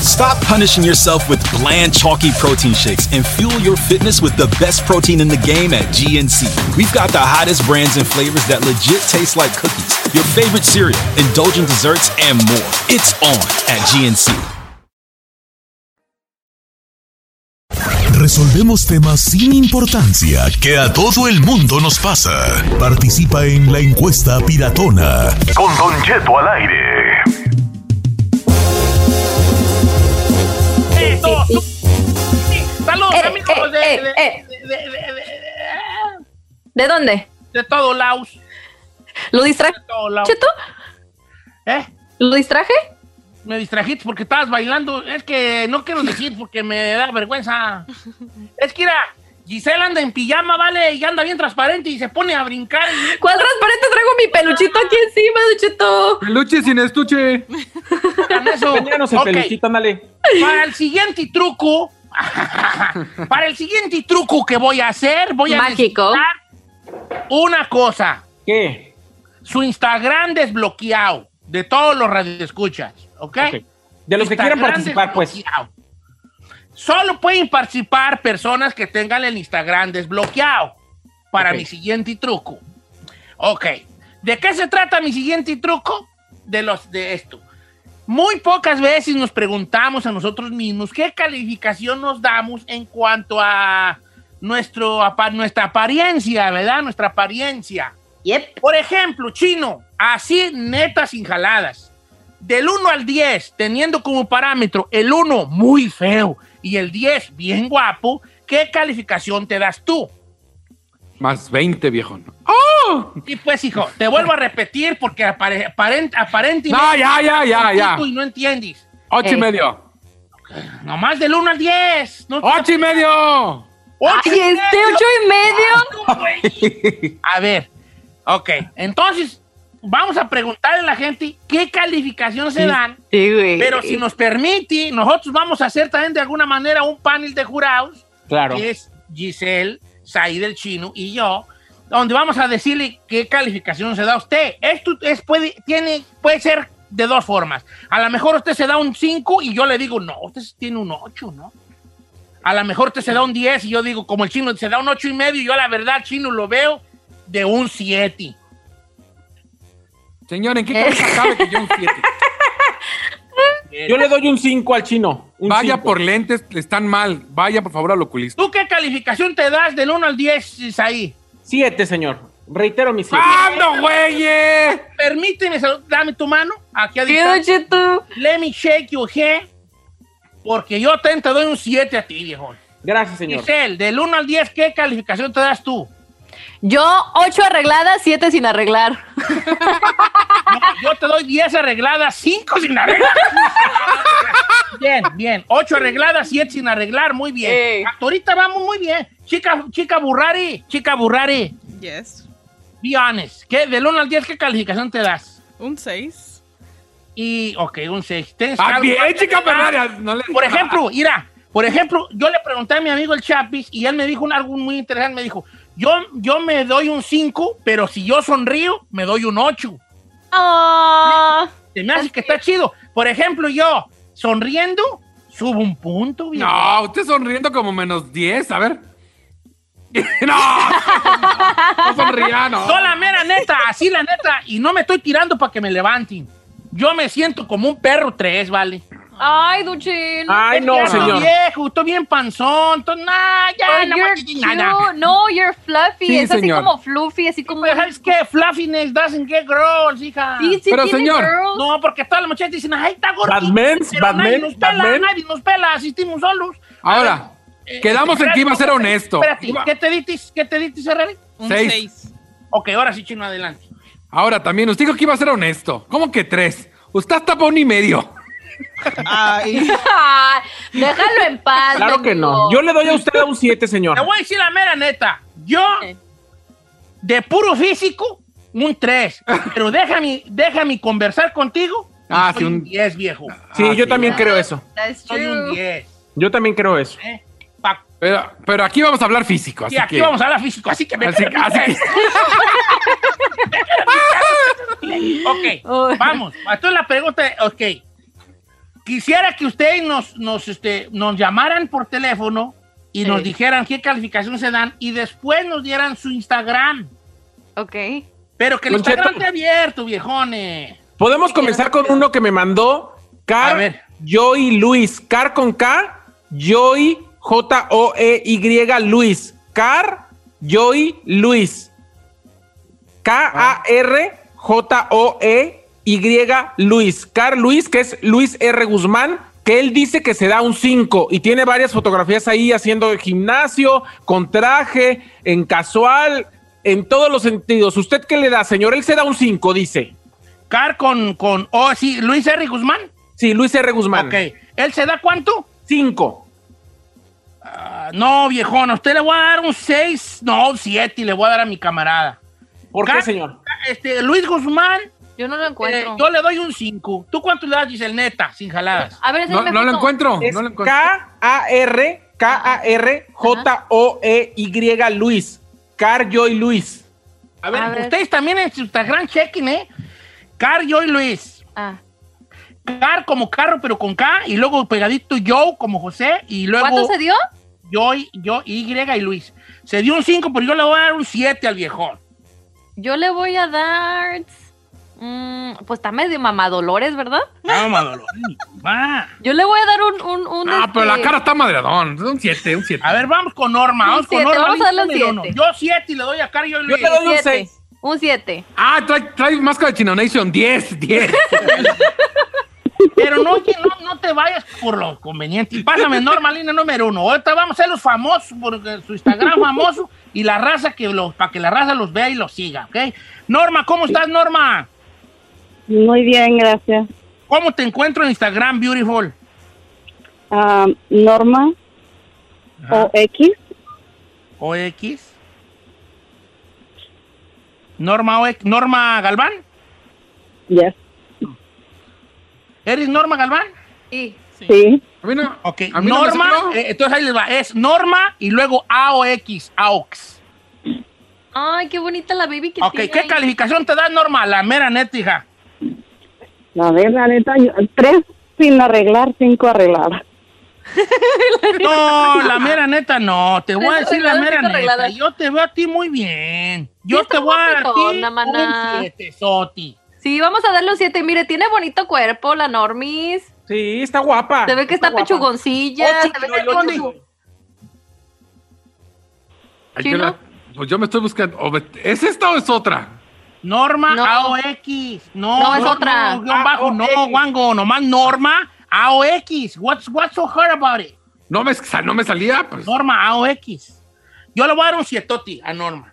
Speaker 15: Stop punishing yourself with bland, chalky protein shakes and fuel your fitness with the best protein in the game at GNC. We've got the hottest brands and flavors that legit taste like cookies, your favorite cereal, indulgent desserts, and more. It's on at GNC.
Speaker 16: Resolvemos temas sin importancia que a todo el mundo nos pasa. Participa en la encuesta piratona
Speaker 8: Con Don Cheto al aire.
Speaker 2: Eh, Saludos. Saludos, amigos. de-
Speaker 3: eh,
Speaker 2: de-
Speaker 3: eh.
Speaker 2: de- de- de- de-
Speaker 3: ¿De dónde?
Speaker 2: De todos lados.
Speaker 3: ¿Lo distraje? ¿Cheto?
Speaker 2: ¿Eh?
Speaker 3: ¿Lo distraje?
Speaker 2: Me distrajiste porque estabas bailando. Es que no quiero decir porque me da vergüenza. Es que era. Gisela anda en pijama, ¿vale? Y anda bien transparente y se pone a brincar.
Speaker 3: ¿Cuál transparente? Traigo mi peluchito aquí encima, Cheto.
Speaker 4: Peluche sin estuche.
Speaker 2: Hagan eso.
Speaker 5: Vénganos el
Speaker 2: Ok.
Speaker 5: peluchito, ándale.
Speaker 2: Para el siguiente truco. para el siguiente truco que voy a hacer, voy a
Speaker 3: Mágico.
Speaker 2: necesitar una cosa.
Speaker 5: ¿Qué?
Speaker 2: Su Instagram desbloqueado de todos los radioescuchas, ¿ok?
Speaker 5: De los que
Speaker 2: Instagram
Speaker 5: quieran participar, pues.
Speaker 2: desbloqueado. Solo pueden participar personas que tengan el Instagram desbloqueado para
Speaker 5: Ok.
Speaker 2: mi siguiente truco. Ok. ¿De qué se trata mi siguiente truco? De los de esto. Muy pocas veces nos preguntamos a nosotros mismos qué calificación nos damos en cuanto a nuestro, apa- nuestra apariencia, ¿verdad? Nuestra apariencia. Por ejemplo, chino, así netas sin jaladas. Del 1 al 10, teniendo como parámetro el 1 muy feo y el 10 bien guapo, ¿qué calificación te das tú?
Speaker 4: Más 20, viejo.
Speaker 2: ¡Oh! Y pues, hijo, te vuelvo a repetir porque apare- aparent- aparentemente.
Speaker 4: No, ya, ya, ya, ya.
Speaker 2: Y no entiendes.
Speaker 4: Ocho y
Speaker 2: Eh,
Speaker 4: medio.
Speaker 2: Nomás del 1 al 10. No te-
Speaker 4: Ocho y medio.
Speaker 2: ¡Ocho
Speaker 3: Ay, este ocho y medio.
Speaker 2: A ver, ok. Entonces, vamos a preguntarle a la gente qué calificación se dan.
Speaker 3: Sí, güey.
Speaker 2: Pero si nos permite, nosotros vamos a hacer también de alguna manera un panel de jurados.
Speaker 5: Claro.
Speaker 2: Que es Giselle, Said el Chino y yo. Donde vamos a decirle qué calificación se da a usted. Esto es, puede, tiene, puede ser de dos formas. A lo mejor usted se da un 5 y yo le digo, no, usted tiene un 8, ¿no? A lo mejor te se da un 10 y yo digo, como el chino se da un 8 y medio, yo la verdad el chino lo veo de un 7.
Speaker 4: Señor, ¿en qué
Speaker 9: Eh.
Speaker 4: cabeza cabe que yo un 7?
Speaker 5: Yo le doy un 5 al chino. un
Speaker 4: Vaya
Speaker 5: cinco.
Speaker 4: por lentes, le están mal. Vaya, por favor, al oculista.
Speaker 2: ¿Tú qué calificación te das del 1 al 10, Isaí?
Speaker 5: Siete, señor. Reitero mi siete.
Speaker 2: ¡Ah,
Speaker 4: no, güey! eh!
Speaker 2: Permíteme, salud- dame tu mano. Aquí a
Speaker 3: Sí,
Speaker 2: distancia.
Speaker 3: Don Cheto.
Speaker 2: Let me shake your hand. Porque yo te, te doy un 7 a ti, viejo.
Speaker 5: Gracias, señor.
Speaker 2: Giselle, del 1 al 10, ¿qué calificación te das tú?
Speaker 3: Yo, ocho arregladas, siete sin arreglar.
Speaker 2: No, yo te doy 10 arregladas, 5 sin arreglar. bien, bien. 8 arregladas, 7 sin arreglar. Muy bien.
Speaker 3: Ey.
Speaker 2: Hasta ahorita vamos muy bien. Chica, chica Burrari, chica Burrari,
Speaker 6: Yes.
Speaker 2: be honest. ¿Qué, del 1 al 10, ¿qué calificación te das?
Speaker 6: Un 6.
Speaker 2: Y, ok, un 6.
Speaker 4: Ah, bien, chica Burrari, no le-
Speaker 2: Por ejemplo, mira, por ejemplo, yo le pregunté a mi amigo el Chapis y él me dijo un- algo muy interesante. Me dijo, yo, yo me doy un 5, pero si yo sonrío, me doy un 8.
Speaker 3: Ah.
Speaker 2: Se me hace que está chido. Por ejemplo, yo sonriendo, subo un punto. viejo.
Speaker 4: No, usted sonriendo como menos 10, a ver. no, no sonría, no.
Speaker 2: No, la mera neta, así la neta. Y no me estoy tirando para que me levanten. Yo me siento como un perro tres, ¿vale?
Speaker 3: Ay, Duchín.
Speaker 5: Ay,
Speaker 2: Es que
Speaker 5: no,
Speaker 2: ya estoy
Speaker 5: señor.
Speaker 2: viejo, estoy bien panzón. Entonces, nah, ya,
Speaker 3: Ay,
Speaker 2: no voy a
Speaker 3: you're
Speaker 2: decir nada.
Speaker 3: cute. No, you're fluffy.
Speaker 4: Sí,
Speaker 3: es
Speaker 4: señor.
Speaker 3: así como fluffy, así como.
Speaker 2: Pero, ¿Sabes qué? Fluffiness doesn't get girls, hija.
Speaker 3: Sí, sí,
Speaker 4: Pero,
Speaker 3: tiene
Speaker 4: señor,
Speaker 3: girls.
Speaker 2: No, porque todas las muchachas dicen, ay, está gordito.
Speaker 5: Batmans,
Speaker 2: pero nadie
Speaker 5: Batmans,
Speaker 2: nos pela,
Speaker 5: Batmans.
Speaker 2: nadie nos pela, asistimos solos.
Speaker 4: Ahora,
Speaker 2: Eh,
Speaker 4: quedamos en
Speaker 2: espérate,
Speaker 4: que iba a ser
Speaker 2: espérate,
Speaker 4: honesto.
Speaker 2: Espérate,
Speaker 4: Iba-
Speaker 2: ¿qué te dices? ¿Qué te dices, Herrera?
Speaker 6: Un
Speaker 4: Seis.
Speaker 6: 6.
Speaker 2: Ok, ahora sí, chino, adelante.
Speaker 4: Ahora también, usted dijo que iba a ser honesto. ¿Cómo que 3? Usted está para un y medio.
Speaker 6: Ay.
Speaker 3: Ay, Déjalo en paz.
Speaker 5: Claro que no. Yo le doy a usted un 7, señor.
Speaker 2: Te voy a decir la mera neta. Yo, de puro físico, un 3. Pero déjame, déjame conversar contigo. y
Speaker 4: Ah,
Speaker 2: soy
Speaker 4: sí,
Speaker 2: un
Speaker 4: un-
Speaker 2: 10, viejo.
Speaker 5: Sí,
Speaker 4: Ah,
Speaker 5: yo
Speaker 4: sí.
Speaker 5: también creo eso.
Speaker 3: That's
Speaker 2: Soy un
Speaker 3: true.
Speaker 2: 10.
Speaker 5: Yo también creo eso.
Speaker 2: ¿eh? Pa-
Speaker 4: Pero, pero aquí vamos a hablar físico. Así
Speaker 2: y aquí
Speaker 4: que-
Speaker 2: vamos a hablar físico, así que me
Speaker 4: Así que- así que-
Speaker 2: Ok, vamos. Entonces la pregunta es, ok. Quisiera que ustedes nos, nos, este, nos llamaran por teléfono y nos
Speaker 3: Sí.
Speaker 2: dijeran qué calificación se dan y después nos dieran su Instagram.
Speaker 3: Ok.
Speaker 2: Pero que el
Speaker 5: Don
Speaker 2: Instagram
Speaker 5: Cheto.
Speaker 2: esté abierto, viejones.
Speaker 5: Podemos comenzar con uno que me mandó
Speaker 2: A ver.
Speaker 5: Car Joy Luis. Car con K, Joy J-O-E-Y Luis. Car Joy Luis. E K-A-R-J-O-E-Y Luis. Car Luis, que es Luis R. Guzmán. que él dice que se da un 5 y tiene varias fotografías ahí haciendo gimnasio, con traje, en casual, en todos los sentidos. ¿Usted qué le da, señor? Él se da un 5, dice.
Speaker 2: Car con, con, oh, sí, Luis R. Guzmán.
Speaker 5: Sí, Luis R. Guzmán.
Speaker 2: Ok. ¿Él se da cuánto?
Speaker 5: 5.
Speaker 2: Ah, no, viejón, a usted le voy a dar un 6, no, 7 le voy a dar a mi camarada.
Speaker 5: ¿Por qué,
Speaker 2: Car-
Speaker 5: señor?
Speaker 2: Este, Luis Guzmán,
Speaker 3: Yo no lo encuentro.
Speaker 2: eh, yo le doy un 5. ¿Tú cuánto le das, Giselle Neta, sin jaladas?
Speaker 3: A ver,
Speaker 4: No,
Speaker 3: enséñame
Speaker 4: no lo
Speaker 3: foto.
Speaker 4: encuentro.
Speaker 5: Es
Speaker 4: No lo encuentro.
Speaker 5: K-A-R, K-A-R-J-O-E-Y E Luis. Car Joy Luis.
Speaker 2: A ver,
Speaker 3: A ver.
Speaker 2: ustedes también en su Instagram chequen, ¿eh? Car, yo y Luis.
Speaker 3: Ah,
Speaker 2: Car como carro, pero con K. Y luego pegadito Joe como José. Y luego
Speaker 3: ¿Cuánto se dio?
Speaker 2: yo, y- yo, Y y Luis. Se dio un 5, pero yo le voy a dar un 7 al viejón.
Speaker 3: Yo le voy a dar. mm, pues está medio mamadolores, ¿verdad?
Speaker 2: No, Madolor. va.
Speaker 3: Yo le voy a dar un. un, un,
Speaker 4: Ah, pero la
Speaker 3: este,
Speaker 4: cara está madreadón. Es un 7, un 7.
Speaker 2: A ver, vamos con Norma.
Speaker 3: Un
Speaker 2: Vamos con
Speaker 3: siete,
Speaker 2: Norma.
Speaker 3: vamos a darle un
Speaker 2: dígame, no, no.
Speaker 3: siete.
Speaker 2: Yo 7 y le doy a Car, yo
Speaker 5: Yo
Speaker 2: y Luis.
Speaker 5: te doy un
Speaker 3: siete,
Speaker 5: 6.
Speaker 3: Un 7.
Speaker 4: Ah, trae, trae máscara de Chino Nation. 10, 10.
Speaker 2: Pero no, oye, no, no te vayas por lo conveniente. Y Pásame Norma, línea número uno. Ahorita vamos a ser los famosos, porque su Instagram famoso y la raza que los, para que la raza los vea y los siga, ¿ok? Norma, ¿cómo estás, Norma?
Speaker 9: Muy bien, gracias.
Speaker 2: ¿Cómo te encuentro en Instagram, Beautiful?
Speaker 9: Ah, Norma o X.
Speaker 2: OX. Norma OX. Norma Galván.
Speaker 9: Yes.
Speaker 2: ¿Eres Norma Galván?
Speaker 3: Sí.
Speaker 9: Sí.
Speaker 4: A mí no.
Speaker 2: Ok.
Speaker 4: A mí no me
Speaker 2: Norma,
Speaker 4: salió.
Speaker 2: eh, entonces ahí les va. Es Norma y luego AOX. AOX.
Speaker 3: Ay, qué bonita la baby que
Speaker 2: Ok,
Speaker 3: tiene.
Speaker 2: ¿qué
Speaker 3: ahí.
Speaker 2: calificación te da Norma? La mera neta, hija.
Speaker 9: A ver, la neta, yo- tres sin arreglar, cinco arregladas.
Speaker 2: No, la mera neta no. Te voy a
Speaker 3: Está
Speaker 2: decir la
Speaker 3: arreglada,
Speaker 2: mera
Speaker 3: está
Speaker 2: neta.
Speaker 3: arreglada.
Speaker 2: Yo te veo a ti muy bien. Yo
Speaker 3: está
Speaker 2: te voy a dar a ti
Speaker 3: guapetona, maná.
Speaker 2: un siete, Soti.
Speaker 3: Sí, vamos a darle un 7. Mire, tiene bonito cuerpo la Normis.
Speaker 5: Sí, está
Speaker 4: Ah,
Speaker 5: guapa.
Speaker 3: Se ve que está,
Speaker 5: guapa.
Speaker 3: pechugoncilla.
Speaker 4: Oh,
Speaker 5: Ocho,
Speaker 3: se ve
Speaker 5: no,
Speaker 3: que
Speaker 5: el ocho,
Speaker 3: con
Speaker 5: sí.
Speaker 3: su-
Speaker 4: Ay, yo la- pues yo me estoy buscando. o me- ¿Es esta o es otra?
Speaker 2: Norma
Speaker 3: No.
Speaker 2: AOX. No,
Speaker 3: No, es otra.
Speaker 2: No, guión bajo, no,
Speaker 5: AOX.
Speaker 2: guango. Nomás Norma AOX. What's, what's so hard about it?
Speaker 4: No me, sa- no me salía, pues.
Speaker 2: Norma AOX. Yo le voy a dar un sietoti a Norma.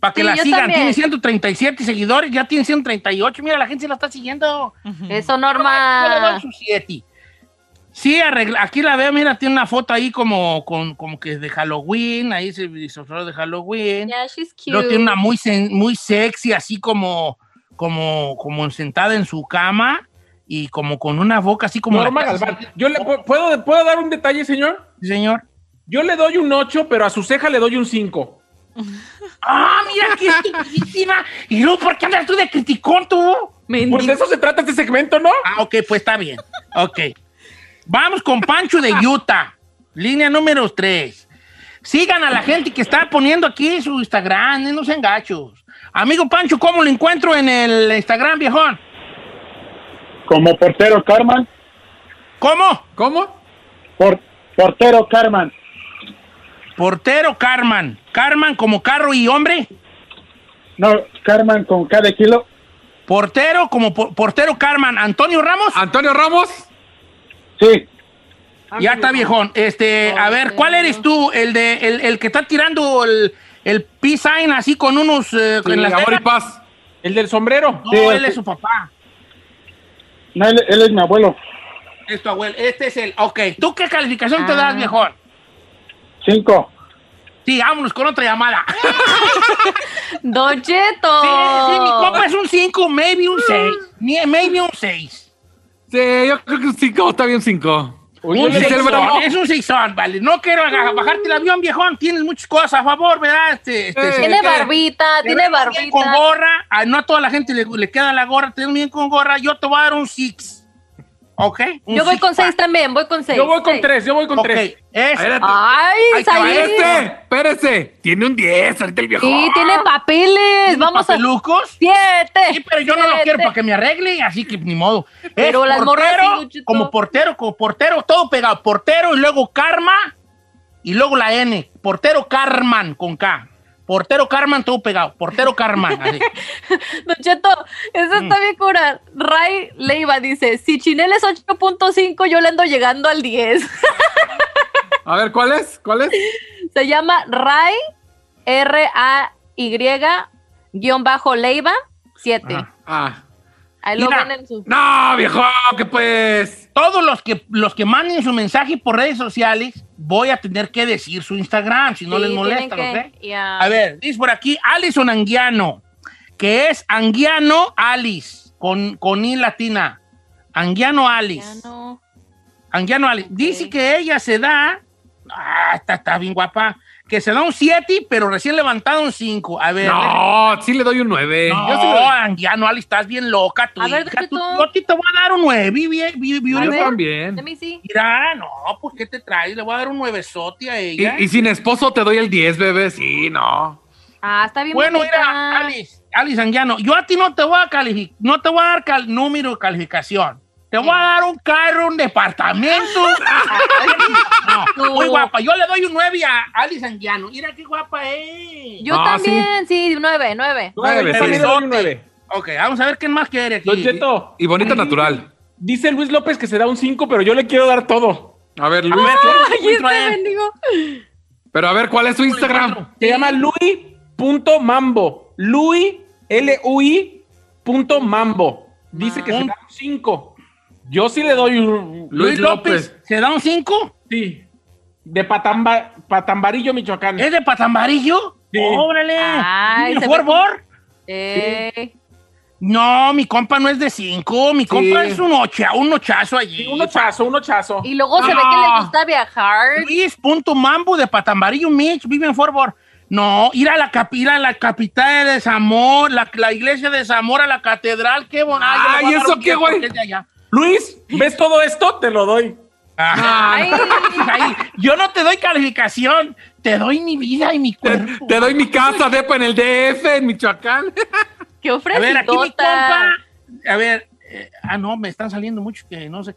Speaker 2: Para que
Speaker 3: Sí,
Speaker 2: la
Speaker 3: yo
Speaker 2: sigan.
Speaker 3: también.
Speaker 2: Tiene 137 seguidores, ya tiene 138. Mira, la gente se la está siguiendo.
Speaker 3: Eso,
Speaker 2: Yo le doy
Speaker 3: Norma.
Speaker 2: su siete. Sí, arregla- aquí la veo, mira, tiene una foto ahí como, con, como que es de Halloween, ahí se disfrazó de Halloween.
Speaker 3: Yeah, she's cute.
Speaker 2: Luego tiene una muy, sen- muy sexy, así como, como, como sentada en su cama y como con una boca así como... la
Speaker 5: Norma
Speaker 2: cara-
Speaker 5: Galván. Yo le, ¿puedo, ¿Puedo dar un detalle, señor?
Speaker 2: Sí, señor.
Speaker 5: Yo le doy un 8, pero a su ceja le doy un 5.
Speaker 2: ¡Ah, mira qué chiquitísima! ¿Y luego por qué andas tú de criticón, tú?
Speaker 3: Mendigo.
Speaker 5: Pues de eso se trata este segmento, ¿no?
Speaker 2: Ah, ok, pues está bien. Ok. Vamos con Pancho de Utah. Línea número 3. Sigan a la gente que está poniendo aquí su Instagram, eh, no sean gachos. Amigo Pancho, ¿cómo lo encuentro en el Instagram, viejón?
Speaker 17: Como portero Carman,
Speaker 2: ¿Cómo?
Speaker 4: ¿Cómo?
Speaker 17: por, portero Carman,
Speaker 2: Portero Carman. Carman como carro y hombre.
Speaker 17: no, Carman con cada kilo,
Speaker 2: Portero como por- portero Carman. Antonio Ramos.
Speaker 4: Antonio Ramos.
Speaker 17: sí,
Speaker 2: ya está, viejón. Este, a ver, ¿cuál eres tú? El de el, el que está tirando el, el peace sign así con unos eh, en las
Speaker 4: amor y
Speaker 2: venas?
Speaker 4: paz.
Speaker 5: El del sombrero.
Speaker 2: No,
Speaker 17: Sí,
Speaker 2: él
Speaker 17: sí.
Speaker 2: es su papá.
Speaker 17: no, él, él es mi abuelo,
Speaker 2: Es tu abuelo. Este es el. Ok. ¿Tú qué calificación te
Speaker 3: Ah.
Speaker 2: das, mejor?
Speaker 17: cinco,
Speaker 2: Sí, vámonos con otra llamada. sí,
Speaker 3: Don Cheto.
Speaker 2: sí,
Speaker 3: Oh.
Speaker 2: mi compa es un 5, maybe un 6.
Speaker 3: Mm.
Speaker 2: Maybe un 6.
Speaker 4: Sí, yo creo que un 5 está bien 5.
Speaker 2: Un
Speaker 4: Giselle, bravo.
Speaker 2: sexón, es un sexón, vale. No quiero aga-
Speaker 3: Mm.
Speaker 2: bajarte el avión, viejón. Tienes muchas cosas a favor, ¿verdad? Este, este,
Speaker 4: Eh,
Speaker 2: se-
Speaker 3: Tiene
Speaker 4: ¿qué?
Speaker 3: barbita,
Speaker 2: te
Speaker 3: tiene
Speaker 2: ves bien Con
Speaker 3: barbita.
Speaker 2: gorra. A no a toda la gente le, le queda la gorra. Te ves bien con gorra. Yo te voy a dar un 6. ¿Ok? Un
Speaker 3: Yo voy
Speaker 2: six
Speaker 3: con
Speaker 2: pack.
Speaker 3: 6 también, voy con 6.
Speaker 5: Yo voy con 3, yo voy con
Speaker 2: Ok,
Speaker 5: 3.
Speaker 2: es-
Speaker 4: Espérate.
Speaker 3: Ay,
Speaker 4: Ahí te va
Speaker 3: Said.
Speaker 4: este. Espérese. Tiene un 10. Ahorita el viejo.
Speaker 3: Sí, tiene papeles. Vamos a
Speaker 2: Ah. papelucos.
Speaker 3: 7.
Speaker 2: Sí, pero yo no lo quiero para que me arregle, así que ni modo. Es
Speaker 3: Pero las morras sí,
Speaker 2: portero,
Speaker 3: Don Cheto.
Speaker 2: como portero, como portero, todo pegado. Portero y luego Karma y luego la N. Portero Carman con K. Portero Carman, todo pegado. Portero Carman. así.
Speaker 3: Don Cheto, eso
Speaker 2: Mm.
Speaker 3: está bien cura. Ray Leiva dice, si Chinel es 8.5, yo le ando llegando al 10.
Speaker 4: A ver, ¿cuál es? ¿Cuál es?
Speaker 3: Se llama Ray, R-A-Y, guión bajo Leiva, 7.
Speaker 4: Ah.
Speaker 3: Ahí lo
Speaker 2: Mira.
Speaker 3: ven en su...
Speaker 4: No, viejo, que pues.
Speaker 2: Todos los que, los que manden su mensaje por redes sociales, voy a tener que decir su Instagram, si no
Speaker 3: Sí,
Speaker 2: les molesta, ¿ok?
Speaker 3: tienen que- ya.
Speaker 2: A ver, dice por aquí Alison Anguiano, que es Anguiano Alice, con, con I latina. Anguiano Alice.
Speaker 3: Anguiano.
Speaker 2: Alice. Dice que ella se da. Ah, está, está bien guapa. Que se da un 7, pero recién levantado un 5. A ver.
Speaker 4: No, sí le doy un 9.
Speaker 2: No,
Speaker 4: Yo sí le doy-
Speaker 2: Anguiano Alice, estás bien loca. Tú,
Speaker 3: A ver,
Speaker 2: hija, tú-
Speaker 3: Dieguito.
Speaker 2: yo a ti te voy a dar un 9. vi- vi- vi- vi-
Speaker 4: Yo
Speaker 2: vi-
Speaker 4: también.
Speaker 3: Let me see.
Speaker 2: Mira, no, pues ¿qué te traes? Le voy a dar un nuevezote a
Speaker 4: Y,
Speaker 2: ella.
Speaker 4: y sin esposo te doy el 10, bebé. Sí, no.
Speaker 3: Ah, está bien
Speaker 2: bueno,
Speaker 3: bonita.
Speaker 2: mira, Alice, Alice Anguiano, yo a ti no te voy a calificar, no te voy a dar cal- número de calificación. Te voy a dar un carro, un departamento. no, muy guapa. Yo le doy un 9 a Alice Anguiano. Mira qué guapa es.
Speaker 3: Yo
Speaker 4: No,
Speaker 3: también, sí, 9, 9.
Speaker 5: Yo
Speaker 4: Nueve,
Speaker 5: también le doy un nueve.
Speaker 2: Ok, vamos a ver quién más quiere aquí.
Speaker 5: Don Cheto,
Speaker 4: Y bonito natural.
Speaker 5: dice Luis López que se da un 5, pero yo le quiero dar todo.
Speaker 4: A ver,
Speaker 2: A
Speaker 4: Luis.
Speaker 2: ver, ¿qué?
Speaker 3: Ay, este
Speaker 2: Encuentro a él.
Speaker 3: bendigo.
Speaker 4: Pero a ver, ¿cuál es su Instagram?
Speaker 5: Se llama Luis.mambo. Luis, L-U-I, punto mambo. Dice que se da un 5. Yo sí le doy un.
Speaker 2: Luis López. ¿Se da un 5?
Speaker 5: Sí. De Patamba, Patambarillo, Michoacán.
Speaker 2: ¿Es de Patambarillo?
Speaker 5: Sí.
Speaker 2: ¡Órale!
Speaker 3: Ay,
Speaker 2: ¿Y
Speaker 3: se
Speaker 2: ¿Por
Speaker 3: ve-
Speaker 2: favor?
Speaker 3: Eh,
Speaker 2: No, mi compa no es de 5, mi compa es un, ocha, un ochazo allí.
Speaker 5: Sí, un ochazo, un ochazo.
Speaker 3: Y luego se ve que le gusta viajar.
Speaker 2: Luis.mambo de Patambarillo, Mitch, vive en Fort Worth. No, ir a la, capi- ir a la capital de Zamor, la, la iglesia de Zamor, a la catedral, qué bonito.
Speaker 4: Ay, ¿eso qué, güey?
Speaker 5: Luis, ¿ves todo esto? Te lo doy.
Speaker 2: Ah.
Speaker 3: Ay,
Speaker 2: pues, yo no te doy calificación, te doy mi vida y mi cuerpo.
Speaker 4: Te doy mi casa, depa en el DF, en Michoacán.
Speaker 3: qué
Speaker 2: A ver, aquí mi compa.
Speaker 3: ofrecidota.
Speaker 2: A ver, eh, ah, no, me están saliendo muchos que no sé.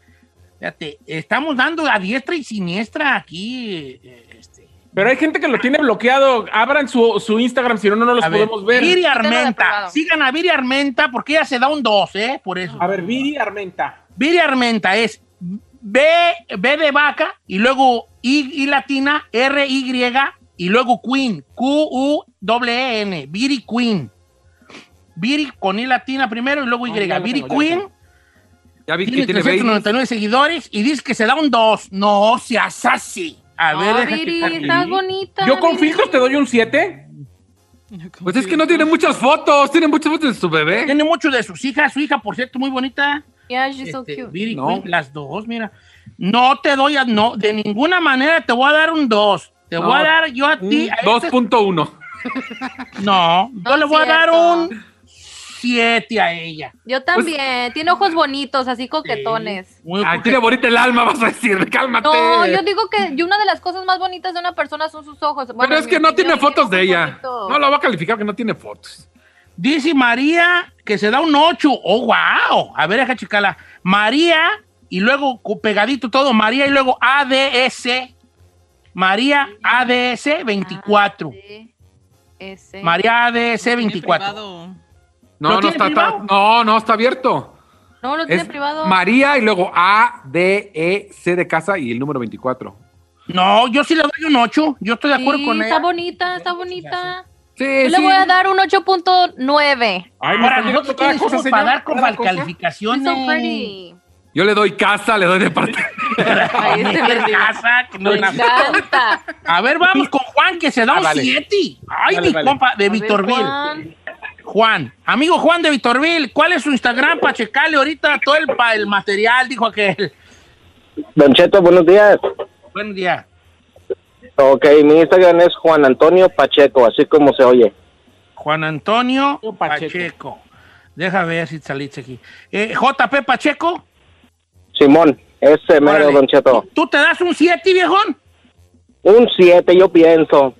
Speaker 2: Fíjate, estamos dando a diestra y siniestra aquí. eh, este.
Speaker 5: Pero hay gente que lo tiene bloqueado. Abran su, su Instagram, si no, no los
Speaker 2: A ver,
Speaker 5: podemos ver.
Speaker 2: Viri
Speaker 3: Quítalo de
Speaker 2: Armenta.
Speaker 3: privado.
Speaker 2: Sigan a Viri Armenta porque ella se da un 2, ¿eh? Por eso.
Speaker 5: A ver, Viri Armenta.
Speaker 2: Viri Armenta es B, B de vaca y luego I, I latina, R, Y y luego Queen. Q, U, E, N. Viri Queen. Viri con I latina primero y luego Y.
Speaker 5: Ah, ya lo
Speaker 2: Viri
Speaker 5: tengo, ya lo
Speaker 2: Queen.
Speaker 5: tengo.
Speaker 4: Ya vi que
Speaker 2: Tiene
Speaker 4: tiene 20.
Speaker 2: 399 seguidores y dice que se da un 2. No seas así. A
Speaker 3: No,
Speaker 2: ver, deja que
Speaker 3: Viri,
Speaker 2: cargue.
Speaker 3: estás bonita.
Speaker 5: Yo con
Speaker 3: Viri.
Speaker 5: filtros te doy un 7.
Speaker 4: Pues es que no tiene muchas fotos, tiene muchas fotos de su bebé.
Speaker 2: Tiene mucho de sus hijas. Su hija, por cierto, muy bonita.
Speaker 3: Yeah, she's so
Speaker 2: Este,
Speaker 3: cute.
Speaker 2: Viri
Speaker 4: No.
Speaker 2: Queen, las dos, mira. No te doy, a- no, de ninguna manera te voy a dar un 2. Te
Speaker 4: No.
Speaker 2: voy a dar yo a
Speaker 4: Un
Speaker 2: ti. a este-
Speaker 4: 2.1.
Speaker 2: no, yo
Speaker 3: No
Speaker 2: le
Speaker 3: es
Speaker 2: voy a dar
Speaker 3: cierto.
Speaker 2: un 7 a ella.
Speaker 3: Yo también. Tiene ojos bonitos, así coquetones.
Speaker 2: Muy
Speaker 4: Ay,
Speaker 2: coqueta.
Speaker 4: Ah, tiene bonita el alma, vas a decir. Cálmate.
Speaker 3: No, yo digo que y una de las cosas más bonitas de una persona son sus ojos. Bueno,
Speaker 4: Pero es
Speaker 3: en
Speaker 4: que
Speaker 3: mi
Speaker 4: no
Speaker 3: opinión,
Speaker 4: tiene fotos de
Speaker 3: ojos
Speaker 4: ella.
Speaker 3: bonitos.
Speaker 4: No la voy a calificar que no tiene fotos.
Speaker 2: Dice María que se da un 8. Oh, wow. A ver, deja checarla. María y luego cu- pegadito todo. María y luego ADS. María ADS 24.
Speaker 3: Sí, ese.
Speaker 2: María ADS
Speaker 6: Tiene
Speaker 2: 24.
Speaker 6: privado.
Speaker 4: No,
Speaker 2: ¿Lo
Speaker 4: no
Speaker 2: tiene
Speaker 4: está, está-
Speaker 2: privado?
Speaker 4: No, no, está abierto.
Speaker 3: No, lo tiene
Speaker 4: Es
Speaker 3: privado.
Speaker 4: María y luego A, D, E, C de casa y el número 24.
Speaker 2: No, yo sí le doy un 8. Yo estoy de
Speaker 3: Sí,
Speaker 2: acuerdo con
Speaker 3: está
Speaker 2: ella.
Speaker 3: bonita, está bonita.
Speaker 4: Sí,
Speaker 3: Yo le
Speaker 4: sí.
Speaker 3: voy a dar un 8.9.
Speaker 5: Ay,
Speaker 2: Ahora, nosotros tienes como para dar con
Speaker 3: She's so
Speaker 2: calificaciones.
Speaker 3: pretty.
Speaker 4: Yo le doy casa, le doy departamento.
Speaker 3: Ahí se
Speaker 2: Mujer
Speaker 3: perdió.
Speaker 2: casa, que no
Speaker 3: Me
Speaker 2: es nada.
Speaker 3: encanta.
Speaker 2: A ver, vamos con Juan, que se da
Speaker 5: Ah,
Speaker 2: un
Speaker 5: vale.
Speaker 2: 7. Ay,
Speaker 5: Vale,
Speaker 2: mi
Speaker 5: vale.
Speaker 2: compa, de
Speaker 3: A ver,
Speaker 2: Vitorville.
Speaker 3: Juan.
Speaker 2: Juan, amigo Juan de Vitorville, ¿cuál es su Instagram para checarle ahorita todo el, pa- el material? Dijo aquel.
Speaker 11: Don Cheto, buenos días.
Speaker 2: Buen día.
Speaker 11: Ok, mi Instagram es Juan Antonio Pacheco, así como se oye.
Speaker 2: Juan Antonio
Speaker 5: Yo, Pacheco.
Speaker 2: Pacheco. Deja ver si saliste aquí. Eh, JP Pacheco.
Speaker 11: Simón, ese mero,
Speaker 2: órale.
Speaker 11: Don Cheto.
Speaker 2: ¿Tú te das un 7, viejón?
Speaker 11: Un 7, yo pienso.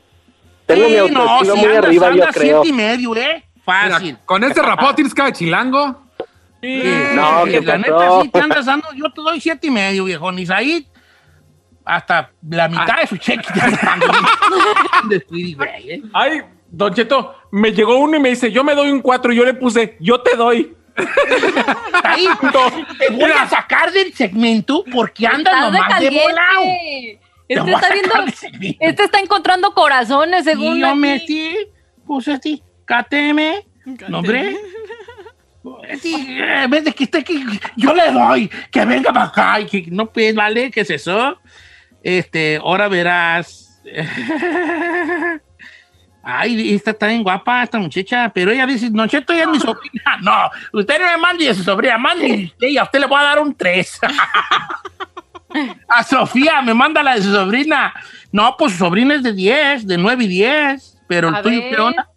Speaker 11: Tengo mi
Speaker 2: Sí, no,
Speaker 11: autoestima
Speaker 2: si
Speaker 11: muy
Speaker 2: andas,
Speaker 11: arriba, yo
Speaker 2: andas
Speaker 11: creo.
Speaker 2: siete y medio, ¿eh?
Speaker 4: Mira,
Speaker 2: Fácil.
Speaker 4: con ese rapado tienes cara de chilango.
Speaker 2: Sí,
Speaker 11: No,
Speaker 2: sí,
Speaker 11: ¿qué
Speaker 2: la
Speaker 11: pasó?
Speaker 2: neta sí te andas dando, yo te doy siete y medio, viejón. Y ahí hasta la mitad de su cheque te andas dando. Un descuido, güey, ¿eh?
Speaker 5: Ay, Don Cheto, me llegó uno y me dice, yo me doy un 4 y yo le puse, yo te doy.
Speaker 2: Ahí, te voy a sacar del segmento porque andas
Speaker 3: Estás de
Speaker 2: nomás de
Speaker 3: caliente.
Speaker 2: volado. Te
Speaker 3: Este
Speaker 2: voy a
Speaker 3: está viendo,
Speaker 2: sacar del segmento.
Speaker 3: este está encontrando corazones, según
Speaker 2: Y yo
Speaker 3: aquí.
Speaker 2: metí, pues, este, puse a ti, KTM, nombre. Sí, eh, en vez de que esté aquí, yo le doy, que venga para acá. Y que, no, pues, vale, ¿qué es eso? Este, ahora verás. Ay, esta está bien guapa, esta muchacha, pero ella dice, no, Cheto, ella es mi sobrina. No, usted no me mande a su sobrina, mande a usted y a usted le voy a dar un 3. a Sofía, me manda la de su sobrina. No, pues su sobrina es de 10, de 9 y 10, pero el
Speaker 5: A
Speaker 2: tuyo,
Speaker 5: ver.
Speaker 2: ¿qué onda?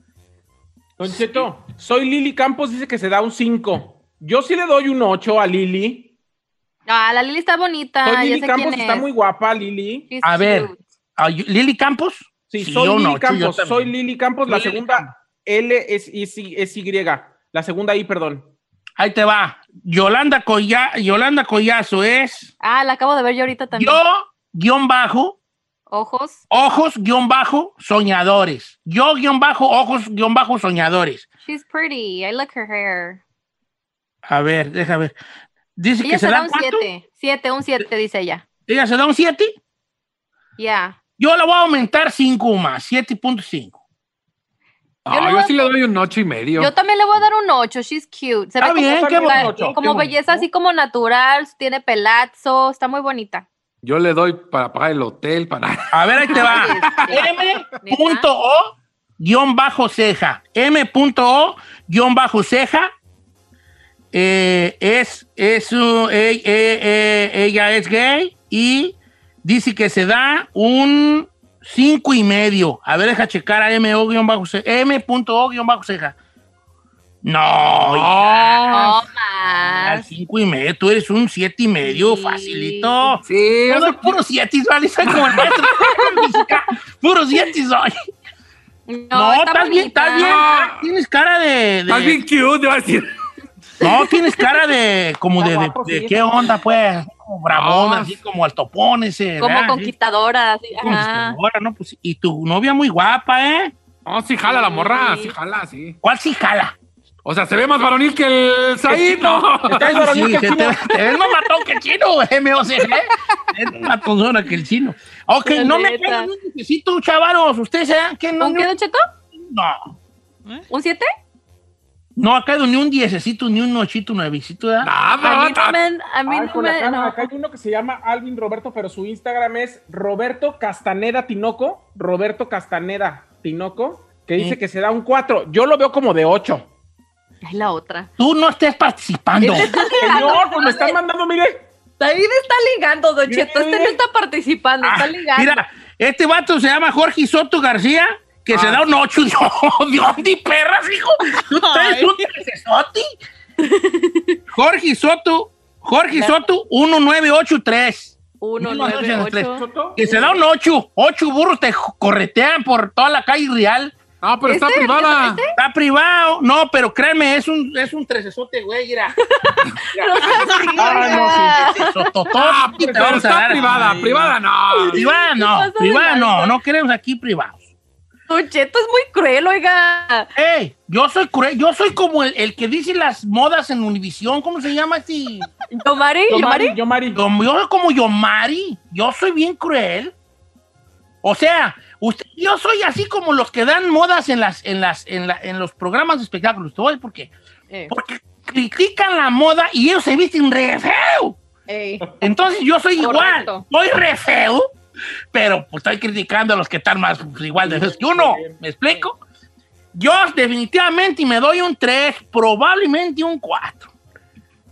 Speaker 5: Don Cheto, soy Lili Campos, dice que se da un 5. Yo sí le doy un 8 a Lili.
Speaker 3: Ah, la Lili está bonita.
Speaker 5: Soy
Speaker 3: Ah, ya
Speaker 5: Lili
Speaker 3: sé
Speaker 5: Campos,
Speaker 3: quién
Speaker 5: está
Speaker 3: es.
Speaker 5: muy guapa, Lili.
Speaker 3: She's
Speaker 2: A ver,
Speaker 3: cute.
Speaker 2: ¿a- ¿Lili Campos?
Speaker 5: Sí,
Speaker 2: Sí,
Speaker 5: soy
Speaker 2: yo
Speaker 5: Lili
Speaker 2: no, sí, yo
Speaker 5: Campos,
Speaker 2: también.
Speaker 5: soy Lili Campos, la
Speaker 2: Lili
Speaker 5: segunda L es, es- es Y, la segunda I, perdón.
Speaker 2: Ahí te va. Yolanda, Colla- Yolanda Collazo es
Speaker 3: Ah, la acabo de ver yo ahorita también.
Speaker 2: yo, guión bajo,
Speaker 3: Ojos.
Speaker 2: ojos, guión bajo, soñadores. Yo, guión bajo, ojos, guión bajo, soñadores.
Speaker 3: She's pretty. I like her hair.
Speaker 2: A ver, déjame ver. Dice
Speaker 3: Ella
Speaker 2: que
Speaker 3: se,
Speaker 2: se
Speaker 3: da
Speaker 2: dan
Speaker 3: un
Speaker 2: cuánto.
Speaker 3: 7. 7, un 7, dice ella.
Speaker 2: Ella se da un 7.
Speaker 3: Ya.
Speaker 2: Yo la voy a aumentar 5 más, 7.5.
Speaker 3: Yo le
Speaker 4: Ah, yo,
Speaker 3: voy a-
Speaker 4: sí le doy un ocho y medio.
Speaker 3: Yo también le voy a dar un 8, she's cute. Se
Speaker 2: Está
Speaker 3: ve
Speaker 2: bien,
Speaker 3: como,
Speaker 2: qué
Speaker 3: como-
Speaker 2: bonito, qué
Speaker 3: como
Speaker 4: bonito.
Speaker 3: belleza así como natural, tiene pelazo, está muy bonita.
Speaker 4: Yo le doy para pagar el hotel, para...
Speaker 2: A ver, ahí te va. punto O, guión bajo ceja. M punto O, guión bajo ceja. Eh, es, es, uh, eh, eh, eh, ella es gay y dice que se da un cinco y medio. A ver, deja checar a M O guión bajo ceja. M punto O guión bajo ceja. No, hija.
Speaker 3: No más.
Speaker 2: Al cinco y medio, tú eres un siete y medio, facilito. Sí,
Speaker 4: o sea,
Speaker 2: puro siete, ¿vale? Soy como el maestro. puro siete soy. No,
Speaker 3: está
Speaker 2: estás bien,
Speaker 3: bonita.
Speaker 2: estás bien. Ah, Tienes cara de. de-
Speaker 4: Estás bien cute, te va a decir.
Speaker 2: No, tienes cara de. Como de, de-
Speaker 3: guapo,
Speaker 2: de
Speaker 3: sí.
Speaker 2: ¿Qué onda, pues? Como bravón,
Speaker 4: Ah.
Speaker 2: así como al topón ese.
Speaker 3: Como
Speaker 2: ¿verdad?
Speaker 3: conquistadora, así,
Speaker 2: Sí,
Speaker 3: ajá.
Speaker 2: conquistadora, ¿no? Pues, y tu novia muy guapa, ¿eh?
Speaker 4: No, sí jala la morra,
Speaker 3: Sí.
Speaker 4: sí jala, sí.
Speaker 2: ¿Cuál sí jala?
Speaker 4: O sea, se ve más varonil que el Said, ¿no?
Speaker 2: Está eso Ah, sí, que te, te ves más matón que el chino, güey, me o sea, ¿eh? Es más matonzona que el chino. Ok,
Speaker 3: La
Speaker 2: no me
Speaker 3: neta.
Speaker 2: pegan, no necesito, chavalos. ¿Ustedes se dan que no?
Speaker 3: ¿Un qué, Don Cheto?
Speaker 2: No,
Speaker 3: ¿Un 7?
Speaker 2: no ha caído ni un diececito, ni un ochito, nuevecito, ¿verdad?
Speaker 4: Ah,
Speaker 3: A mí no
Speaker 4: Nada,
Speaker 3: me... A mí
Speaker 5: Ay,
Speaker 3: no
Speaker 5: con la
Speaker 3: me...
Speaker 5: cara,
Speaker 3: no.
Speaker 5: Acá hay uno que se llama Alvin Roberto, pero su Instagram es Roberto Castaneda Tinoco. Roberto Castaneda Tinoco, que dice
Speaker 2: Mm.
Speaker 5: que se da un 4. Yo lo veo como de 8.
Speaker 3: Ay, la otra.
Speaker 2: Tú no estés participando.
Speaker 3: Este
Speaker 5: Señor, pues me están mandando, mire.
Speaker 3: David está ligando, Don Cheto. Este no está participando,
Speaker 2: Ah,
Speaker 3: está ligando.
Speaker 2: Mira, este vato se llama Jorge Soto García, que se da un ocho. Dios, Dios, ni perras, hijo. Tú traes un trecesote. Jorge Soto, Jorge Soto, 1983.
Speaker 3: 1, 9,
Speaker 2: 1983.
Speaker 3: 8.
Speaker 2: Que se da un ocho. Ocho burros te corretean por toda la calle real.
Speaker 4: No, pero está
Speaker 3: ¿Este?
Speaker 4: privada. Ah,
Speaker 2: Está privado. No, pero créeme, es un, es un trecesote, güey. Mira.
Speaker 3: Ah,
Speaker 2: Sototote,
Speaker 4: Ah,
Speaker 2: te
Speaker 4: pero
Speaker 2: vamos a
Speaker 4: está
Speaker 2: dar.
Speaker 4: privada, privada no.
Speaker 2: Privada no,
Speaker 3: pasa de
Speaker 2: privada no.
Speaker 3: lanza?
Speaker 2: No queremos aquí privados.
Speaker 3: Don Cheto es muy cruel, oiga.
Speaker 2: Ey, yo soy cruel, yo soy como el, el que dice las modas en Univisión, ¿cómo se llama este?
Speaker 3: Yomari,
Speaker 5: Yo, Mari,
Speaker 3: Yomari.
Speaker 5: yo, Mari.
Speaker 2: Yo, yo soy como Yomari, yo soy bien cruel. O sea, usted, yo soy así como los que dan modas en las, en las, en la- en los programas de espectáculos. ¿Tú sabes por qué?
Speaker 3: Eh,
Speaker 2: Porque critican la moda y ellos se visten re feo.
Speaker 3: eh.
Speaker 2: Entonces yo soy
Speaker 3: Correcto.
Speaker 2: igual, soy re feo, pero pues, estoy criticando a los que están más pues, igual de feos que uno. ¿Me explico? Yo definitivamente me doy un 3, probablemente un 4.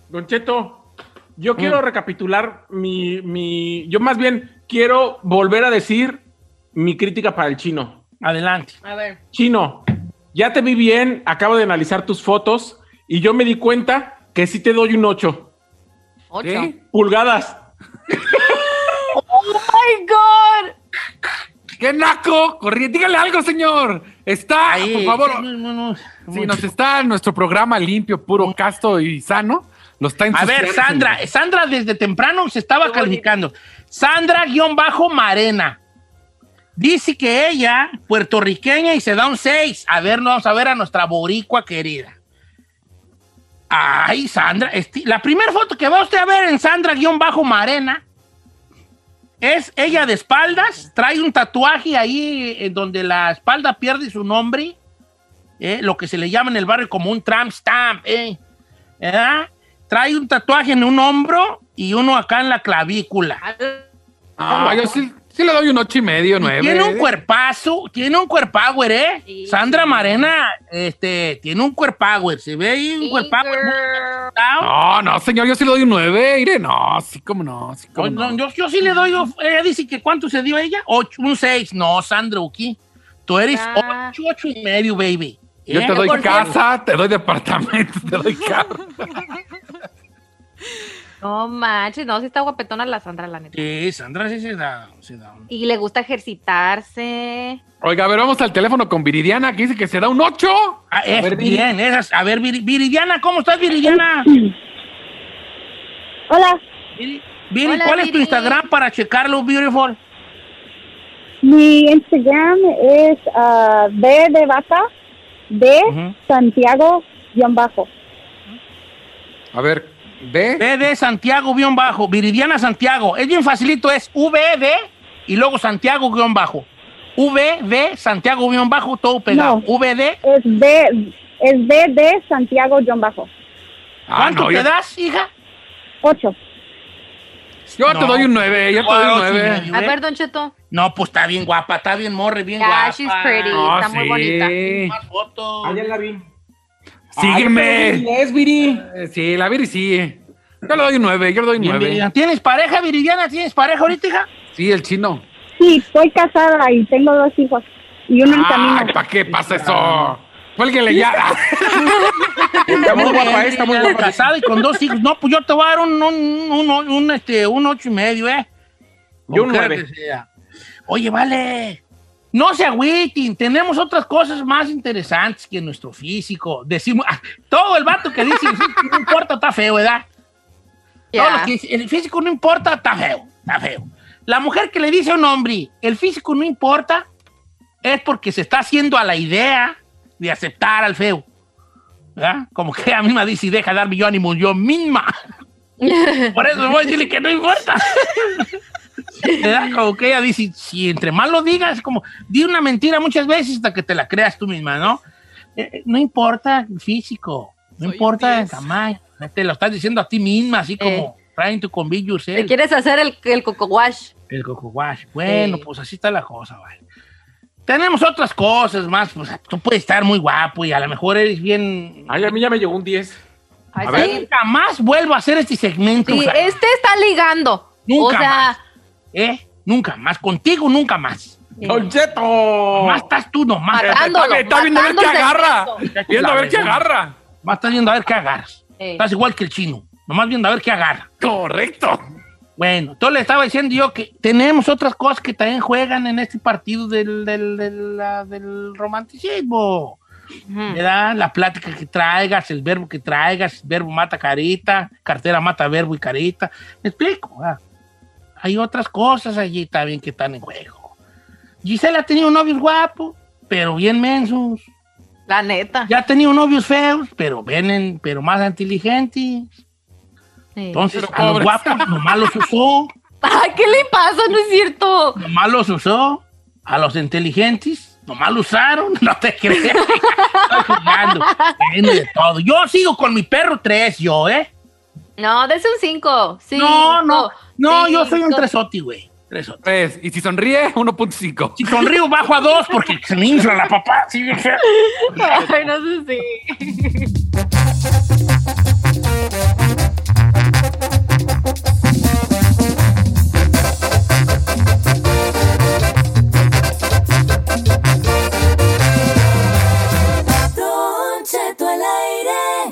Speaker 5: Don Cheto,
Speaker 2: Mm.
Speaker 5: yo quiero recapitular mi, mi. Yo más bien quiero volver a decir mi crítica para el chino.
Speaker 2: Adelante.
Speaker 3: A ver.
Speaker 5: Chino, ya te vi bien, acabo de analizar tus fotos y yo me di cuenta que sí te doy un 8.
Speaker 3: 8.
Speaker 4: ¿Qué?
Speaker 5: Pulgadas.
Speaker 3: Oh my God.
Speaker 4: ¡Qué naco! Corri- Dígale algo, señor. Está, por favor.
Speaker 2: No, no, no.
Speaker 4: Si nos está nuestro programa limpio, puro, casto y sano, lo está
Speaker 2: A
Speaker 4: ensuciando,
Speaker 2: ver, Sandra,
Speaker 4: señor.
Speaker 2: Sandra desde temprano se estaba
Speaker 3: Qué bonito.
Speaker 2: calificando. Sandra-Marena. Dice que ella, puertorriqueña, y se da un 6. A ver, vamos a ver a nuestra boricua querida. Ay, Sandra. esti- La primera foto que va usted a ver en Sandra-Marena es ella de espaldas. Trae un tatuaje ahí en donde la espalda pierde su nombre. ¿eh? Lo que se le llama en el barrio como un tramp stamp. ¿eh? ¿Ah? Trae un tatuaje en un hombro y uno acá en la clavícula.
Speaker 4: Ah, yo sí, sí le doy un ocho y medio, nueve.
Speaker 2: Tiene un cuerpazo, tiene un cuerpower, ¿eh? Sandra Marena, este, tiene un cuerpower, se ve ahí un cuerpower.
Speaker 4: No, no, señor, yo sí le doy un nueve. Iré, no, sí, cómo no, sí, cómo
Speaker 2: Oye,
Speaker 4: no.
Speaker 2: no, yo, yo sí le doy, of- ella dice que ¿cuánto se dio ella? Ocho, un seis, no, Sandra Uki, tú eres ocho, ocho y medio, baby.
Speaker 4: Yo
Speaker 2: ¿Eh?
Speaker 4: te doy
Speaker 2: Por
Speaker 4: casa, te doy departamento, te doy carro.
Speaker 3: No manches, no, sí está guapetona la Sandra, la neta.
Speaker 2: Sí, Sandra sí se da, se da un-
Speaker 3: Y le gusta ejercitarse.
Speaker 4: Oiga, a ver, vamos al teléfono con Viridiana, que dice que se da un ocho.
Speaker 2: Ah, es
Speaker 4: Viri.
Speaker 2: bien, esas- a ver, Viri- Viridiana, ¿cómo estás, Viridiana?
Speaker 18: Hola.
Speaker 2: Viri, Viri,
Speaker 18: Hola,
Speaker 2: ¿cuál es tu
Speaker 18: Viri.
Speaker 2: Instagram para checarlo, beautiful?
Speaker 18: Mi Instagram es ah, B de vaca de Santiago guión bajo.
Speaker 4: A ver, ¿de?
Speaker 2: B de Santiago, guión bajo. Viridiana Santiago. Es bien facilito, es VD y luego Santiago, guión bajo. VD Santiago, guión bajo, todo pegado. VD.
Speaker 18: Es B, es B de Santiago guión bajo.
Speaker 2: ¿Cuánto
Speaker 4: Ah,
Speaker 18: Ah,
Speaker 4: no,
Speaker 2: te
Speaker 4: yo-
Speaker 2: das, hija?
Speaker 18: Ocho.
Speaker 4: Yo te
Speaker 2: No.
Speaker 4: doy un nueve, yo te doy un
Speaker 2: Ocho y
Speaker 4: nueve.
Speaker 2: medio,
Speaker 3: A
Speaker 2: ¿eh?
Speaker 3: ver, Don Cheto.
Speaker 2: No, pues está bien guapa, está bien morre, bien
Speaker 3: Yeah,
Speaker 2: guapa.
Speaker 3: she's pretty,
Speaker 4: No,
Speaker 3: está muy
Speaker 4: Ah, sí.
Speaker 3: bonita.
Speaker 2: Más fotos.
Speaker 4: Sígueme.
Speaker 2: Ay,
Speaker 4: es Viri? Sí, la Viri sí. Yo le doy un nueve, yo le doy un
Speaker 2: Bien,
Speaker 4: nueve.
Speaker 2: Viridiana. ¿Tienes pareja, Viridiana? ¿Tienes pareja ahorita, hija?
Speaker 4: Sí, el chino.
Speaker 18: Sí, estoy casada y tengo dos hijos y uno en
Speaker 4: Ay,
Speaker 18: camino.
Speaker 4: ¿para qué pasa eso? Cuélguele ya.
Speaker 2: Está
Speaker 4: muy
Speaker 5: eh,
Speaker 4: guapa,
Speaker 2: está muy guapa. Casada y con dos hijos. No, pues yo te voy a dar un, un, un, un, este, un ocho y medio, ¿eh?
Speaker 5: Yo un
Speaker 2: Como quiera
Speaker 5: nueve.
Speaker 2: que sea. Oye, vale. No se agüiten, tenemos otras cosas más interesantes que nuestro físico. Decimos, ah, todo el vato que dice, el físico no importa, está feo, ¿verdad? Todo lo que dice, el físico no importa, está feo, está feo. La mujer que le dice a un hombre, el físico no importa, es porque se está haciendo a la idea de aceptar al feo. ¿verdad? Como que a mí me dice, deja de darme yo ánimo yo misma. Por eso voy a decirle que no importa. ¿Verdad? Como que ella dice, si entre más lo digas, como di una mentira muchas veces hasta que te la creas tú misma, ¿no? Eh, eh, no importa el físico, no importa el tamaño. Te lo estás diciendo a ti misma, así como trying to convince
Speaker 3: Te
Speaker 2: yourself.
Speaker 3: quieres hacer el, el coco wash.
Speaker 2: El coco wash. Bueno, pues así está la cosa, vale. Tenemos otras cosas más. pues, tú puedes estar muy guapo y a lo mejor eres bien.
Speaker 5: Ay, a mí ya me llegó un 10.
Speaker 3: Ay,
Speaker 5: A ver.
Speaker 3: sí.
Speaker 2: Nunca más vuelvo a hacer este segmento.
Speaker 3: Sí,
Speaker 2: o sea,
Speaker 3: este está ligando.
Speaker 2: Nunca
Speaker 3: o sea,
Speaker 2: más. ¿eh? Nunca más. Contigo nunca más.
Speaker 3: eh,
Speaker 5: Don Cheto.
Speaker 2: Oh,
Speaker 5: Nomás
Speaker 2: estás tú, nomás.
Speaker 3: Matándolo,
Speaker 5: Está viendo a ver qué
Speaker 3: matándose
Speaker 5: agarra.
Speaker 3: el
Speaker 5: Viendo a
Speaker 2: La
Speaker 5: ver qué
Speaker 2: verdad.
Speaker 5: agarra.
Speaker 2: Vas a estar viendo a ver qué agarras.
Speaker 3: Eh.
Speaker 2: Estás igual que el chino. Nomás viendo a ver qué agarra.
Speaker 5: Correcto.
Speaker 2: Bueno, entonces le estaba diciendo yo que tenemos otras cosas que también juegan en este partido del, del, del- la- del romanticismo.
Speaker 3: Mm. eh,
Speaker 2: ¿Verdad? La plática que traigas, el verbo que traigas, verbo mata carita, cartera mata verbo y carita. ¿Me explico? Ah, Hay otras cosas allí también que están en juego. Gisela ha tenido novios guapos, pero bien mensos.
Speaker 3: La neta.
Speaker 2: Ya ha tenido novios feos, pero vienen, pero más inteligentes. Entonces,
Speaker 3: Pero
Speaker 2: a los
Speaker 3: pobres.
Speaker 2: guapos nomás los usó,
Speaker 3: Ay, Ah, ¿qué le pasa? No es cierto.
Speaker 2: nomás los usó. A los inteligentes nomás los usaron, no te creas. Estoy jugando, tengo de todo. Yo sigo con mi perro 3, yo, ¿eh?
Speaker 3: No, dese un 5.
Speaker 2: No, no, no, yo soy un tresoti, güey. Tresoti.
Speaker 5: Pues,
Speaker 4: Tres. Y si sonríe, 1.5.
Speaker 2: Si sonrío, bajo a dos porque se me infla la papá. Sí, bien feo.
Speaker 3: Ay, no sé si.
Speaker 7: Don Cheto al aire.